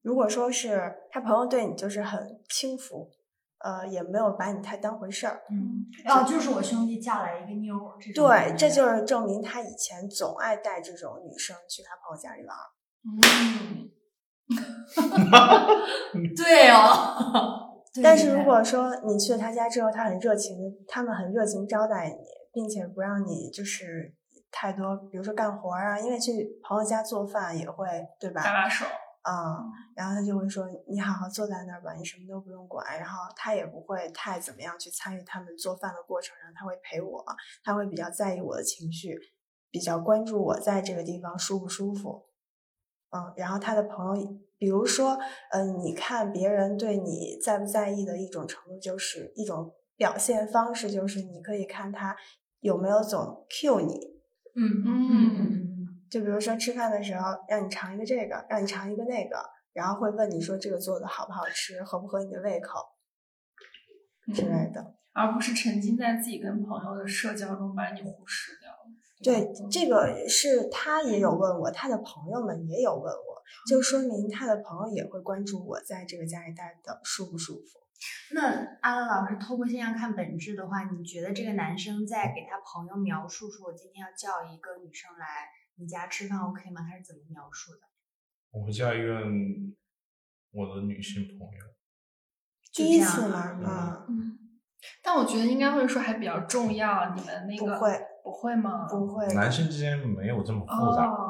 如果说是他朋友对你就是很轻浮，呃，也没有把你太当回事儿，嗯，哦，就是我兄弟叫来一个妞儿，这种对感，这觉就是证明他以前总爱带这种女生去他朋友家里玩儿。嗯，对哦。对但是对如对果说你去了他家之后，他很热情的，他们很热情招待你，并且不让你就是太多，比如说干活啊，因为去朋友家做饭也会，对搭吧？把手，啊、然后他就会说你好好坐在那儿吧，你什么都不用管。然后他也不会太怎么样去参与他们做饭的过程，然后他会陪我，他会比较在意我的情绪，比较关注我在这个地方舒不舒服。嗯，然后他的朋友，比如说，呃，你看别人对你在不在意的一种程度，就是一种表现方式，就是你可以看他有没有总 cue 你，嗯嗯嗯嗯就比如说吃饭的时候让你尝一个这个，让你尝一个那个，然后会问你说这个做的好不好吃，合不合你的胃口之类的。嗯而不是沉浸在自己跟朋友的社交中把你忽视掉。嗯，对，这个是他也有问我，他的朋友们也有问我，就说明他的朋友也会关注我在这个家里待的舒不舒服。那阿乐老师透过现象看本质的话，你觉得这个男生在给他朋友描述说我今天要叫一个女生来你家吃饭 OK 吗？他是怎么描述的？我会叫一个嗯我的女性朋友，就第一这样次啊嘛，嗯啊，但我觉得应该会说还比较重要，你们那不个会不会吗？嗯不会，男生之间没有这么复杂，你知哦道吧？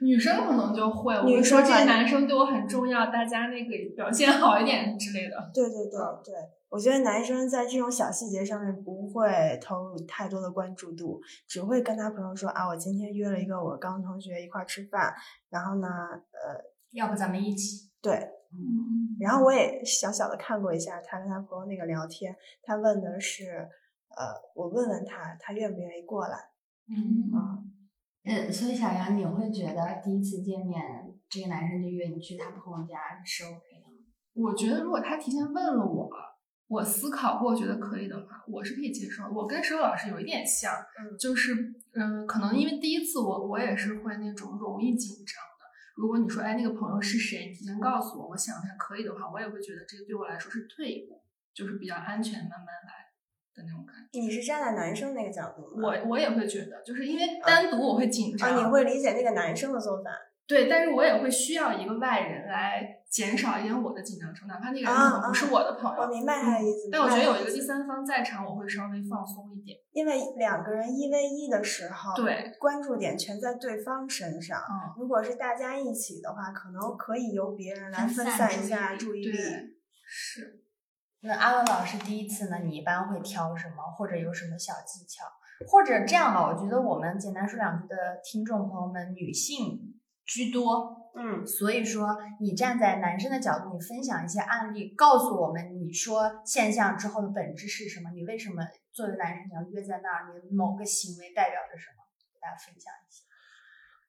女生可能就会，我女会说生这吧个男生对我很重要，大家那个表现好一点之类的。对对对对，我觉得男生在这种小细节上面不会投入太多的关注度，只会跟他朋友说啊，我今天约了一个我高中同学一块儿吃饭，然后呢，呃，要不咱们一起？对，嗯然后我也小小的看过一下他跟他朋友那个聊天，他问的是，呃，我问问他，他愿不愿意过来嗯啊？嗯，所以小杨，你会觉得第一次见面，这个男生就约你去他朋友家是 OK 的吗？我觉得如果他提前问了我，我思考过觉得可以的话，我是可以接受的。我跟石头老师有一点像，嗯就是嗯、呃可能因为第一次我我也是会那种容易紧张的。如果你说哎那个朋友是谁，你提前告诉我，我想一下可以的话，我也会觉得这个对我来说是退一步，就是比较安全，慢慢来的那种感觉。你是站在男生那个角度吗？我我也会觉得，就是因为单独我会紧张，啊，你会理解那个男生的做法，对，但是我也会需要一个外人来减少一点我的紧张程度，哪怕那个人啊可能不是我的朋友。我明白他的意思。但嗯我觉得有一明白他的个意第思，三方在场，我会稍微放松一点。因为两个人一 v 一的时候，，对，关注点全在对方身上。嗯，如果是大家一起的话，可能可以由别人来分分散散一注下意注意力。对，是。那阿文老师第一次呢，你一般会挑什么，或者有什么小技巧？或者这样吧，我觉得我们简单说两句的听众朋友们，女性居多，嗯，所以说你站在男生的角度，你分享一些案例，告诉我们你说现象之后的本质是什么？你为什么作为男生你要约在那儿？你某个行为代表着什么？给大家分享一下。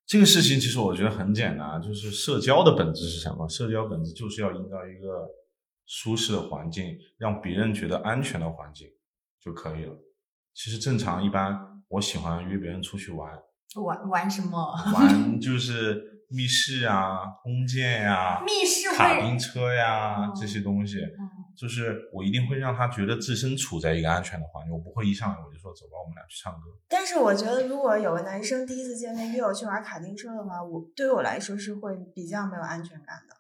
这个事情其实我觉得很简单啊，就是社交的本质是什么？社交本质就是要营造一个舒适的环境，让别人觉得安全的环境就可以了。其实正常一般，我喜欢约别人出去玩，玩玩什么？ 玩就是密室啊、弓箭呀、密室卡会哦丁车呀、这些东西，嗯就是我一定会让他觉得自身处在一个安全的环境，我不会一上来我就说走吧，我们俩去唱歌。但是我觉得，如果有个男生第一次见面约我去玩卡丁车的话，我对于我来说是会比较没有安全感的。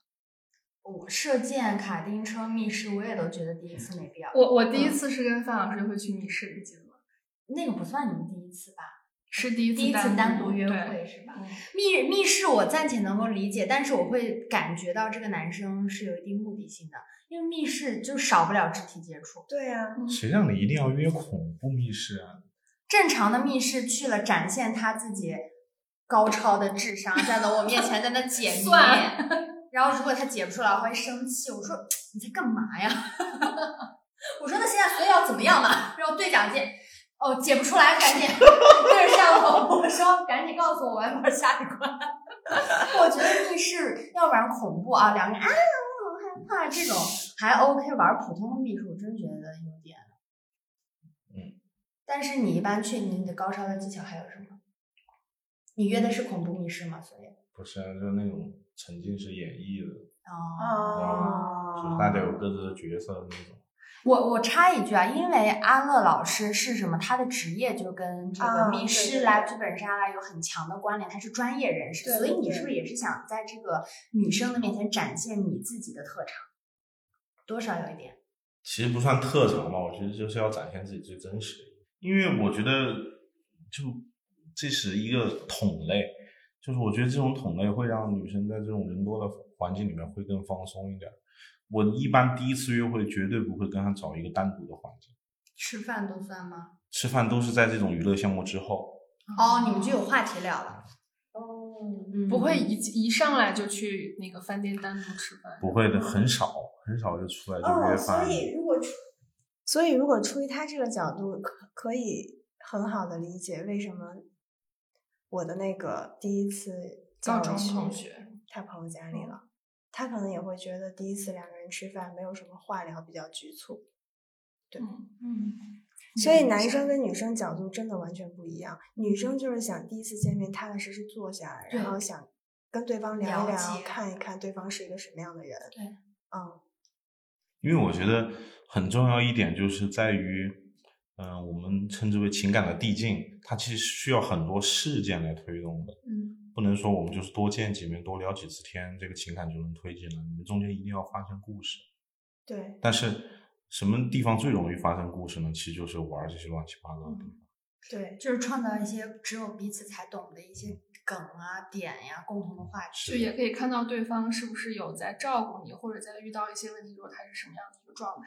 我射箭、卡丁车、密室，我也都觉得第一次没必要。我我第一次是跟范老师会去密室，你记得吗？那个不算你们第一次吧？是第一次第一次单独独约对嗯会是吧？密密室我暂且能够理解，但是我会感觉到这个男生是有一定目的性的，因为密室就少不了肢体接触。对呀、谁让你一定要约恐怖密室啊？正常的密室去了，展现他自己高超的智商，站在我面前在那解谜算。然后如果他解不出来，我会生气。我说你在干嘛呀？我说那现在所以要怎么样呢？然后队长见，哦，解不出来，赶紧对上我。我说赶紧告诉我，我要玩下一关。我觉得密室，要不然恐怖啊，两个人啊，我害怕这种还 OK，玩普通的密室，我真觉得有点。但是你一般去你的高超的技巧还有什么？你约的是恐怖密室吗？所以不是、啊，就是那种沉浸式演绎的，哦嗯就是大家有各自的角色的那种。我我插一句啊，因为安乐老师是什么？他的职业就跟这个啊密对室对啦、对剧本杀啦有很强的关联，他是专业人士，对所以对你对是不是也是想在这个女生的面前展现你自己的特长？多少有一点，其实不算特长吧，我觉得就是要展现自己最真实的一面。因为我觉得，就这是一个桶类，就是我觉得这种桶类会让女生在这种人多的环境里面会更放松一点。我一般第一次约会绝对不会跟她找一个单独的环境，吃饭都算吗？吃饭都是在这种娱乐项目之后。哦，你们就有话题聊了，哦，嗯嗯不会一一上来就去那个饭店单独吃饭。不会的，很少很少就出来就约哦所饭。以如果出，所以如果出于他这个角度，可可以很好的理解为什么我的那个第一次高叫中我去同学，他朋友家里了，他可能也会觉得第一次两个人吃饭没有什么话聊，比较局促。嗯，啊嗯，所以男生跟女生角度真的完全不一样。女生就是想第一次见面踏踏实实坐下来，然对后想跟对方聊一了聊，解看一看对方是一个什么样的人。对，嗯，因为我觉得很重要一点就是在于，嗯、我们称之为情感的递进，它其实需要很多事件来推动的。嗯，不能说我们就是多见几面、多聊几次天，这个情感就能推进了。你们中间一定要发生故事。对，但是什么地方最容易发生故事呢？其实就是玩这些乱七八糟的地方。对，就是创造一些只有彼此才懂的一些梗啊、点呀、共同的话是题。就也可以看到对方是不是有在照顾你，或者在遇到一些问题时候他是什么样的一个状态。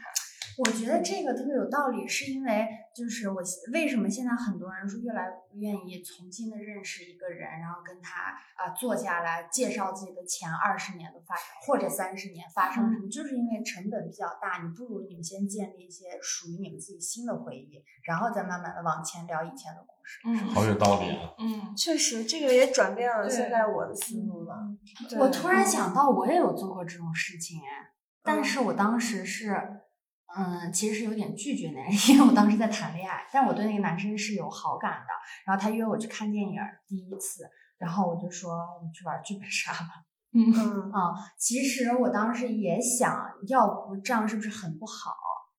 我觉得这个特别有道理，是因为就是我为什么现在很多人说越来越愿意重新的认识一个人，然后跟他啊、坐下来介绍自己的前二十年的发生或者三十年发生什么，就是因为成本比较大，你不如你们先建立一些属于你们自己新的回忆，然后再慢慢的往前聊以前的故事。嗯好有道理啊！嗯，确实这个也转变了对现在我的思路了。嗯对我突然想到，我也有做过这种事情哎，但是我当时是，嗯，其实是有点拒绝那人，因为我当时在谈恋爱，但我对那个男生是有好感的。然后他约我去看电影，第一次，然后我就说我们去玩剧本杀吧。 嗯，啊、其实我当时也想要不这样是不是很不好？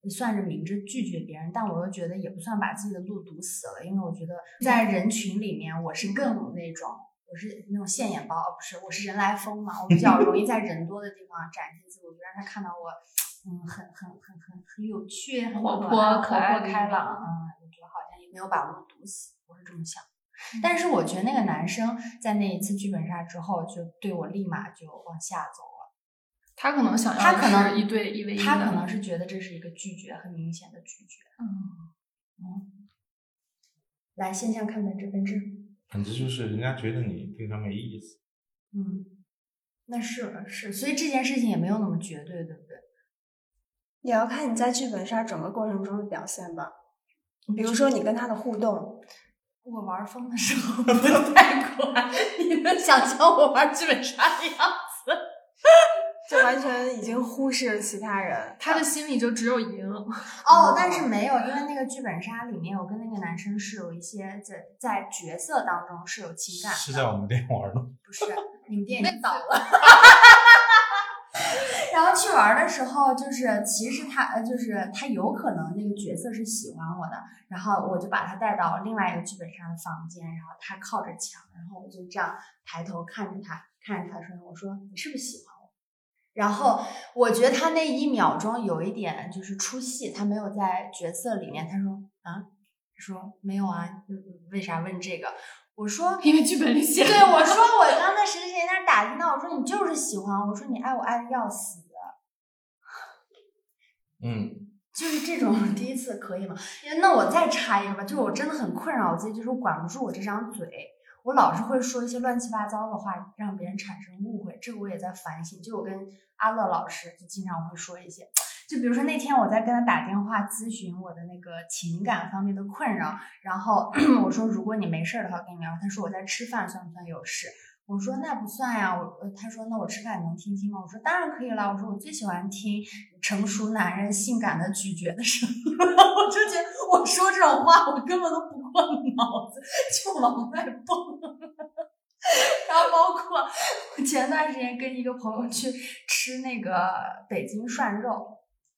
算是明知拒绝别人，但我又觉得也不算把自己的路堵死了，因为我觉得在人群里面，我是更那种，我是那种现眼包，哦不是，我是人来疯嘛，我比较容易在人多的地方展现自我，就让他看到我，嗯，很很很很很有趣，很活可泼爱可活爱泼的一开面朗，嗯，我觉得好像也没有把路堵死，我是这么想。嗯但是我觉得那个男生在那一次剧本杀之后，就对我立马就往下走了。他可能想要他可的能是一对一 v 一的，他可能是觉得这是一个拒绝，很明显的拒绝。嗯，来线下看本质本质，反正就是人家觉得你对他没意思。嗯，那是是，所以这件事情也没有那么绝对，对不对？也要看你在剧本杀整个过程中的表现吧。比如说你跟他的互动，我玩疯的时候 不太管，你能想象我玩剧本杀的样子？就完全已经忽视其他人。他的心里就只有赢。哦，但是没有，因为那个剧本杀里面，我跟那个男生是有一些在在角色当中是有情感的，是在我们店玩的，不是，你们店已经倒了。 然后去玩的时候，就是其实他呃，就是他有可能那个角色是喜欢我的，然后我就把他带到另外一个剧本杀的房间，然后他靠着墙，然后我就这样抬头看着他，看着他说：“我说你是不是喜欢我？”然后我觉得他那一秒钟有一点就是出戏，他没有在角色里面。他说：“啊，他说没有啊，嗯为啥问这个？”我说：“因为剧本里写的对，我 说我刚在谁谁谁那儿打听到，我说你就是喜欢，我说你爱我爱的要死，嗯，就是这种第一次可以吗？那我再插一个吧，就是我真的很困扰我自己，就是我管不住我这张嘴，我老是会说一些乱七八糟的话，让别人产生误会。这个我也在反省，就我跟阿乐老师就经常会说一些。就比如说那天我在跟他打电话咨询我的那个情感方面的困扰，然后 我说如果你没事儿的话跟你聊，他说我在吃饭算不算有事？我说那不算呀，我呃他说那我吃饭你能听清吗？我说当然可以了，我说我最喜欢听成熟男人性感的咀嚼的声音， 我就觉得我说这种话我根本都不过脑子，就往外蹦。 然后包括我前段时间跟一个朋友去吃那个北京涮肉，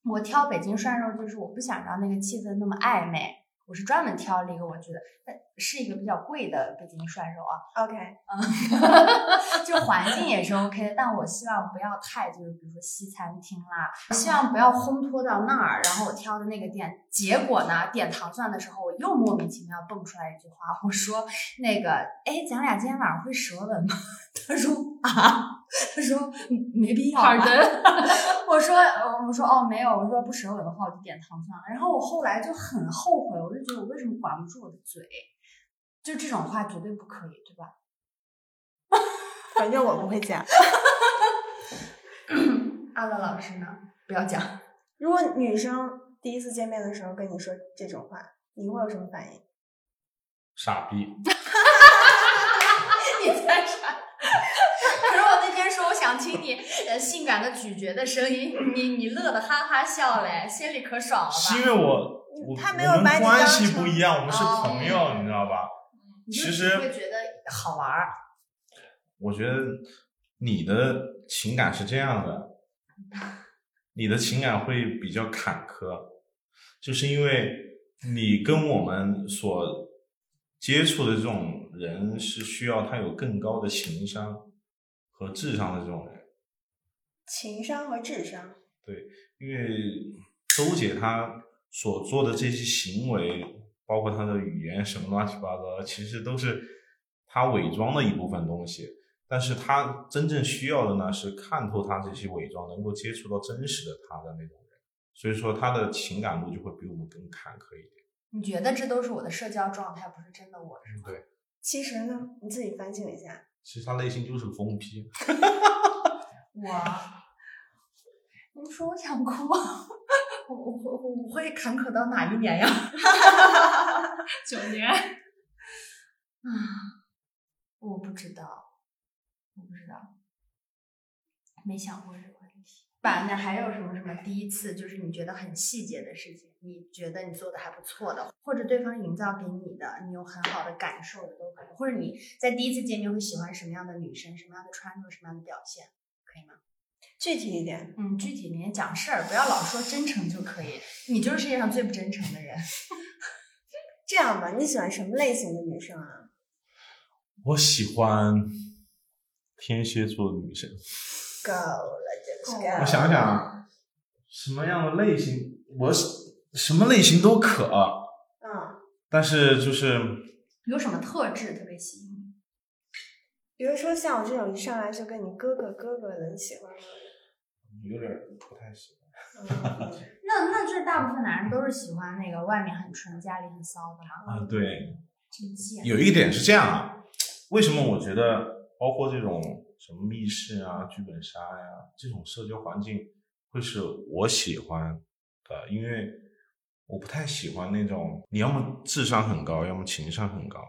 我挑北京涮肉就是我不想让那个气氛那么暧昧，我是专门挑了一个我觉得呃是一个比较贵的北京涮肉啊， OK，就环境也是 OK 的，但我希望不要太就是比如说西餐厅啦，希望不要烘托到那儿。然后我挑的那个店，结果呢点糖蒜的时候，我又莫名其妙蹦出来一句话，我说那个哎，咱俩今天晚上会舌吻吗？ 他说啊。他说嗯没必要吧。好的，我说呃我说哦没有，我说不舌吻的话我就点糖蒜了。然后我后来就很后悔，我就觉得我为什么管不住我的嘴，就这种话绝对不可以，对吧？ 反正我不会讲。阿乐老师呢？不要讲。如果女生第一次见面的时候跟你说这种话，你会有什么反应？傻逼。你在啥？可是我那天说我想听你呃性感的咀嚼的声音，你你乐得哈哈笑嘞，心里可爽了是因吧？为我我嗯他没我有们把你关当系成不一样，我们是哦朋友，你知道吧？你就其只实会觉得好玩儿，我觉得你的情感是这样的，你的情感会比较坎坷，就是因为你跟我们所接触的这种人是需要他有更高的情商和智商的这种人。情商和智商，因为周姐她所做的这些行为，包括她的语言什么乱七八糟的，其实都是她伪装的一部分东西。但是她真正需要的呢，是看透她这些伪装，能够接触到真实的她的那种人。所以说，她的情感路就会比我们更坎坷一点。你觉得这都是我的社交状态，不是真的我。对，其实呢，你自己反省一下，其实她内心就是疯批。我，你说我想哭，我我我我会坎坷到哪一年呀？九年，啊，我不知道，我不知道，没想过这个问题。吧，那还有什么什么第一次，就是你觉得很细节的事情，你觉得你做的还不错的，或者对方营造给你的，你有很好的感受的都可以，或者你在第一次见面会喜欢什么样的女生，什么样的穿着，什么样的表现，可以吗？具体一点。嗯，具体你也讲事儿，不要老说真诚就可以，你就是世界上最不真诚的人。这样吧，你喜欢什么类型的女生啊？我喜欢天蝎座的女生。够了，这够是了我想想啊，什么样的类型，我是什么类型都可。嗯，但是就是有什么特质特别吸引你？比如说像我这种一上来就跟你哥哥哥哥的，你喜欢吗？有点不太行。嗯那那这大部分男人都是喜欢那个外面很纯、家里很骚的嘛？啊对，真贱。有一点是这样啊，为什么我觉得包括这种什么密室啊、剧本杀呀、这种社交环境会是我喜欢的，因为我不太喜欢那种你要么智商很高，要么情商很高，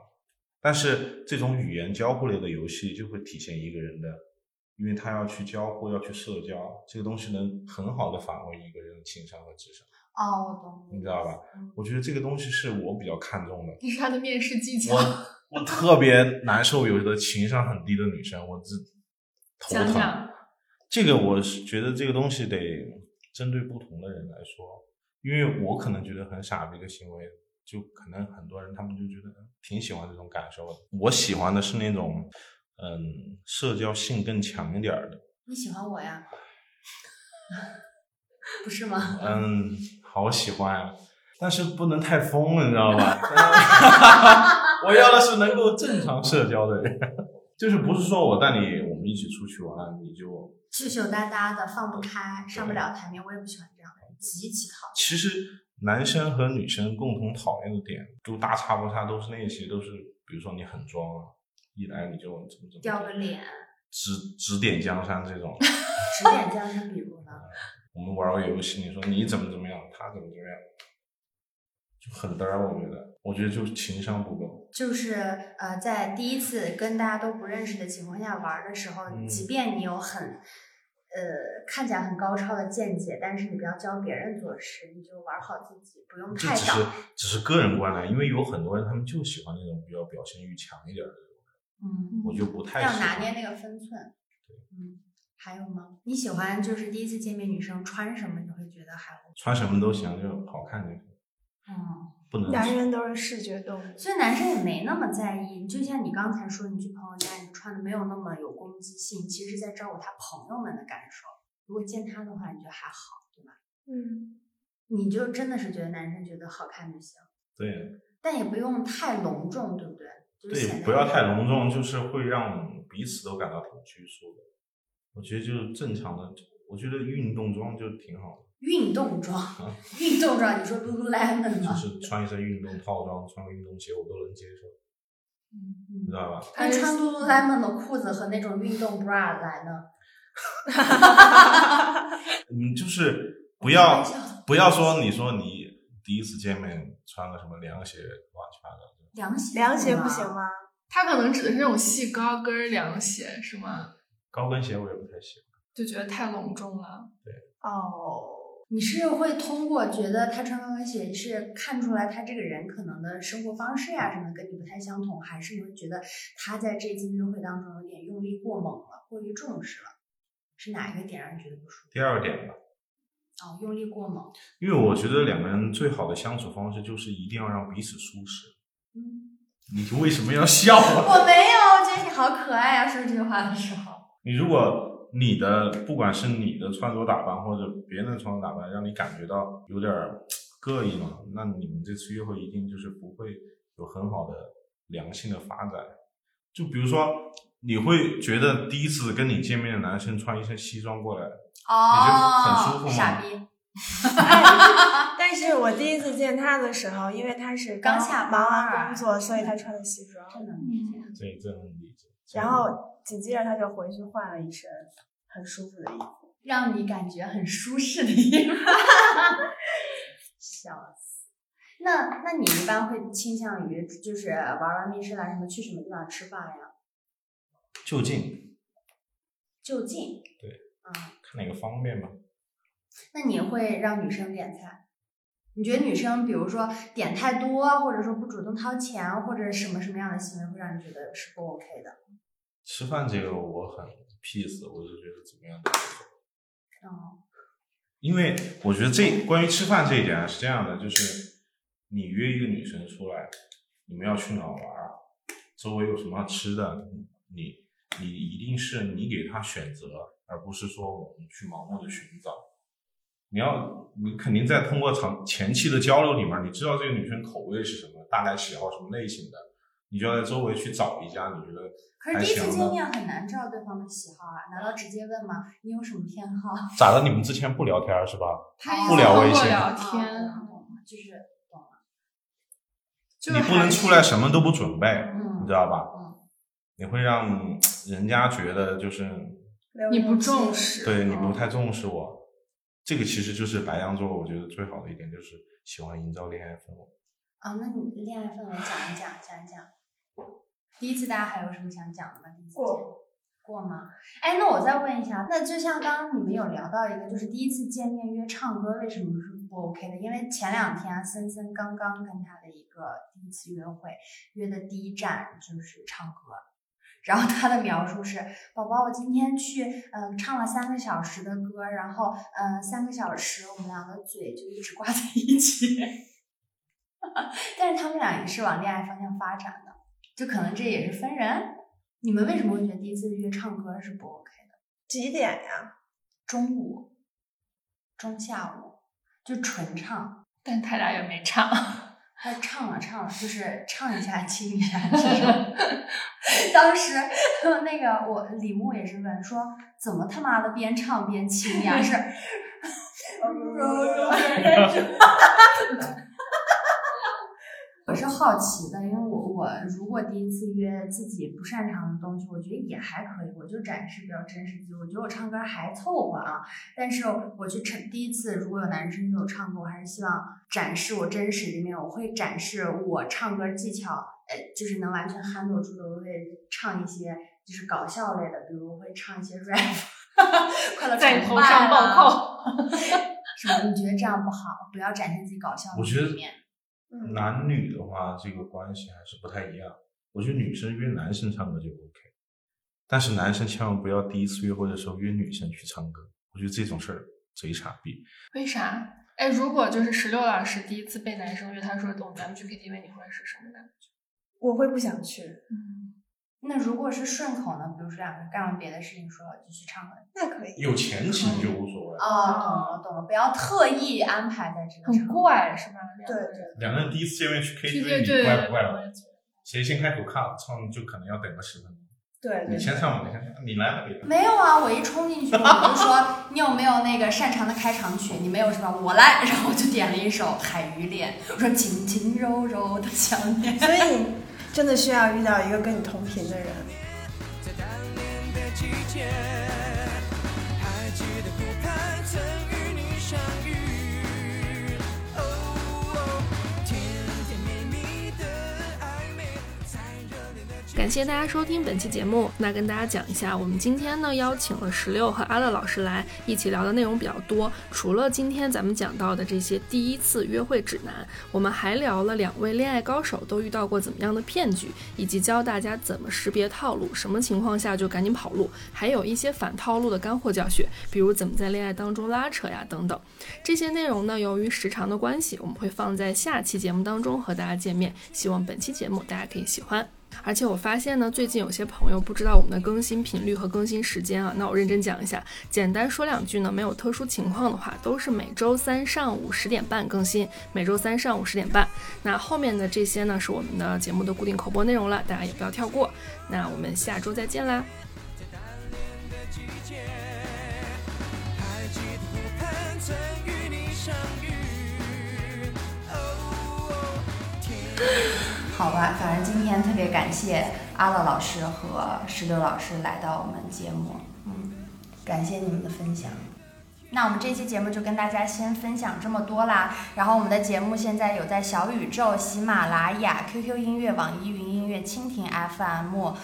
但是这种语言交互类的游戏就会体现一个人的。因为他要去交互，要去社交，这个东西能很好的反映一个人的情商和智商。哦，我懂。你知道吧？嗯？我觉得这个东西是我比较看重的。这是他的面试技巧。我我特别难受，有的情商很低的女生，我这头疼。讲讲这个我是觉得这个东西得针对不同的人来说，因为我可能觉得很傻逼的行为，就可能很多人他们就觉得挺喜欢这种感受的。我喜欢的是那种，嗯，社交性更强一点儿的。你喜欢我呀？ 不是吗？嗯，好喜欢，啊但是不能太疯了，你知道 吧？我要的是能够正常社交的人，就是不是说我带你，我们一起出去玩了，你就羞羞答答的，放不开，上不了台面，我也不喜欢这样的人，极其讨厌。其实男生和女生共同讨厌的点，就大差不差，都是那些，都是比如说你很装啊，一来你就怎么怎么掉个脸，指指点江山这种。 指点江山，比如呢？我们玩个游戏，你说你怎么怎么样，他怎么怎么样，就很嘚儿。我觉得，我觉得就是情商不够。就是呃，在第一次跟大家都不认识的情况下玩儿的时候，嗯即便你有很呃看起来很高超的见解，但是你不要教别人做事，你就玩好自己，不用这太只是早。只是个人观点，因为有很多人他们就喜欢那种比较表现欲强一点的，嗯，我就不太要喜拿欢。捏那个分寸。嗯，还有吗？你喜欢就是第一次见面女生穿什么，你会觉得还 OK？穿什么都行，就好看就行，嗯，不能男人都是视觉动物，所以男生也没那么在意。就像你刚才说，你去朋友家，你穿的没有那么有攻击性，其实在照顾他朋友们的感受。如果见他的话，你觉得还好，对吧？嗯，你就真的是觉得男生觉得好看就行，对但也不用太隆重，对不对？就是显对，得不要太隆重，就是会让彼此都感到挺拘束的。我觉得就是正常的，我觉得运动装就挺好运动装，运动装，你说 Lululemon 的，嗯就吗？是穿一身运动套装，穿个运动鞋我都能接受，你嗯，知道吧？那穿嗯 Lululemon 的裤子和那种运动 bra 来呢？嗯，就是不开要玩笑不要说你说你第一次见面穿个什么凉鞋乱七八糟的。凉鞋，凉鞋不行？吗？他可能指的是那种细高跟儿凉鞋，是吗？高跟鞋我也不太喜欢。就觉得太隆重了。哦，你是会通过觉得他穿高跟鞋是看出来他这个人可能的生活方式呀、什么跟你不太相同，还是你会觉得他在这次约会当中有点用力过猛了，过于重视了？是哪一个点让你觉得不舒服？第二点吧，哦，用力过猛。因为我觉得两个人最好的相处方式就是一定要让彼此舒适。嗯，你为什么要笑啊？ 我没有，我觉得你好可爱啊！说这句话的时候，你如果你的不管是你的穿着打扮或者别人的穿着打扮，让你感觉到有点儿膈应了，那你们这次约会一定就是不会有很好的良性的发展。就比如说，你会觉得第一次跟你见面的男生穿一身西装过哦，来，你觉得很舒服吗傻逼，但是我第一次见他的时候，因为他是刚下班忙完工作，所以他穿的西装。真的理解。这这很理解。然后紧接着他就回去换了一身很舒服的衣服。让你感觉很舒适的衣服。 笑死！那那你一般会倾向于就是玩完密室啦，啊什么去什么地方吃饭呀？就近就近。对。嗯，看哪个方便吧。那你会让女生点菜？你觉得女生，比如说点太多，或者说不主动掏钱，或者什么什么样的行为，会让你觉得是不 OK 的？吃饭这个我很 peace，我就觉得怎么样？嗯，因为我觉得这关于吃饭这一点啊是这样的，就是你约一个女生出来，你们要去哪儿玩儿，周围有什么吃的，你你一定是你给她选择，而不是说我们去盲目的寻找。你要你肯定在通过长前期的交流里面，你知道这个女生口味是什么，大概喜好什么类型的，你就要在周围去找一家你觉得可是第一次见面很难知道对方的喜好啊，难道直接问吗？你有什么偏好？咋的？你们之前不聊天儿是吧？他一不直聊通微过信聊啊天，懂了懂了就是懂了。就是你不能还出是来什么都不准备，嗯你知道吧？嗯你会让人家觉得就是你不重嗯重视，对你不太重视我。这个其实就是白羊座，我觉得最好的一点就是喜欢营造恋爱氛围。啊，那你恋爱氛围讲一讲，讲一讲。第一次大家还有什么想讲的吗？第一次见过过吗？哎，那我再问一下，那就像刚刚你们有聊到一个，就是第一次见面约唱歌为什么是不 OK 的？因为前两天啊，森森刚刚跟他的一个第一次约会约的第一站就是唱歌。然后他的描述是：宝宝，我今天去，呃，唱了三个小时的歌，然后，呃，三个小时我们俩的嘴就一直挂在一起。但是他们俩也是往恋爱方向发展的，就可能这也是分人。你们为什么会觉得第一次约唱歌是不 OK 的？几点呀？中午、中下午就纯唱，但他俩也没唱。 他唱了唱了，就是唱一下亲一下这种。 当时那个我李牧也是问说，怎么他妈的边唱边亲呀？是 我是好奇的，因为我我如果第一次约自己不擅长的东西，我觉得也还可以，我就展示比较真实自己。我觉得我唱歌还凑合啊，但是我去唱第一次，如果有男生约我唱歌，我还是希望展示我真实的一面，我会展示我唱歌技巧，呃，就是能完全 handle 住的，我会唱一些就是搞笑类的，比如我会唱一些 rap，快乐在崇头拜上暴啊扣。什么？你觉得这样不好？不要展现自己搞笑的我觉得一面。嗯，男女的话，这个关系还是不太一样。我觉得女生约男生唱歌就 OK，但是男生千万不要第一次约会的时候约女生去唱歌，我觉得这种事儿贼傻逼。为啥？哎，如果就是十六老师第一次被男生约，他说“懂，咱们去 KTV”，你会是什么感觉？我会不想去，嗯，那如果是顺口呢？比如说两个人干完别的事情说就去唱歌。那可以。有前情就无所谓，哦，懂了懂了，不要特意安排在这个很场合。怪是吧？两对个对人两个人第一次见面去去 KTV，对你怪不怪我了？也觉得谁先开口看唱，就可能要等个十分钟。对你对，先唱，我先唱，你来吧，你来。没有啊，我一冲进去我就 说你有没有那个擅长的开场曲？你没有是吧？我来， 然后我就点了一首《海鱼恋》，我说紧紧柔柔的想念。所以你真的需要遇到一个跟你同频的人。在单恋的季节，还记得湖畔曾与你相遇。哦，甜甜蜜蜜的暧昧，在热恋的季节。感谢大家收听本期节目。那跟大家讲一下，我们今天呢邀请了石榴和阿乐老师来一起聊的内容比较多。除了今天咱们讲到的这些第一次约会指南，我们还聊了两位恋爱高手都遇到过怎么样的骗局，以及教大家怎么识别套路，什么情况下就赶紧跑路，还有一些反套路的干货教学，比如怎么在恋爱当中拉扯呀等等。这些内容呢，由于时长的关系，我们会放在下期节目当中和大家见面。希望本期节目大家可以喜欢。而且我发现呢，最近有些朋友不知道我们的更新频率和更新时间啊，那我认真讲一下，简单说两句呢。没有特殊情况的话，都是每周三上午十点半更新，每周三上午十点半。那后面的这些呢，是我们的节目的固定口播内容了，大家也不要跳过。那我们下周再见啦！在单恋的季节，还记得湖畔曾与你相遇。哦，听好吧，反正今天特别感谢阿乐老师和石榴老师来到我们节目，嗯，感谢你们的分享。那我们这期节目就跟大家先分享这么多啦。然后我们的节目现在有在小宇宙、喜马拉雅、QQ 音乐、网易云音乐、蜻蜓 FM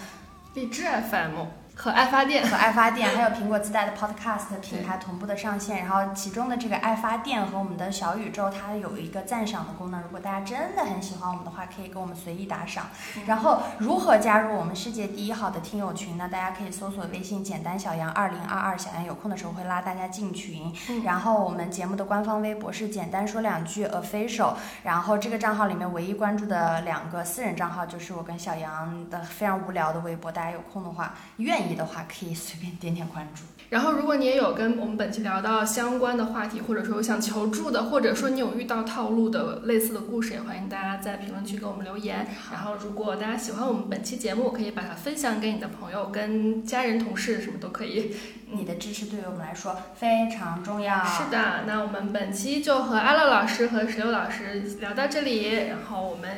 荔枝 FM 和爱发电。和爱发电，还有苹果自带的 Podcast 平台同步的上线。然后其中的这个爱发电和我们的小宇宙，它有一个赞赏的功能。如果大家真的很喜欢我们的话，可以给我们随意打赏。然后如何加入我们世界第一好的听友群呢？大家可以搜索微信“简单小杨二零二二”，小杨有空的时候会拉大家进群。然后我们节目的官方微博是“简单说两句 official”，然后这个账号里面唯一关注的两个私人账号就是我跟小杨的非常无聊的微博，大家有空的话，愿意的话可以随便点点关注。然后，如果你也有跟我们本期聊到相关的话题，或者说有想求助的，或者说你有遇到套路的类似的故事，也欢迎大家在评论区给我们留言。然后，如果大家喜欢我们本期节目，可以把它分享给你的朋友、跟家人、同事什么都可以。你的支持对于我们来说非常重要。是的，那我们本期就和阿乐老师和石榴老师聊到这里，然后我们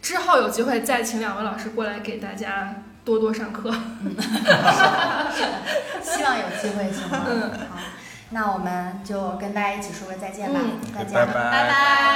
之后有机会再请两位老师过来给大家多多上课。希望有机会行吗？好，那我们就跟大家一起说个再见吧，大家拜拜拜哦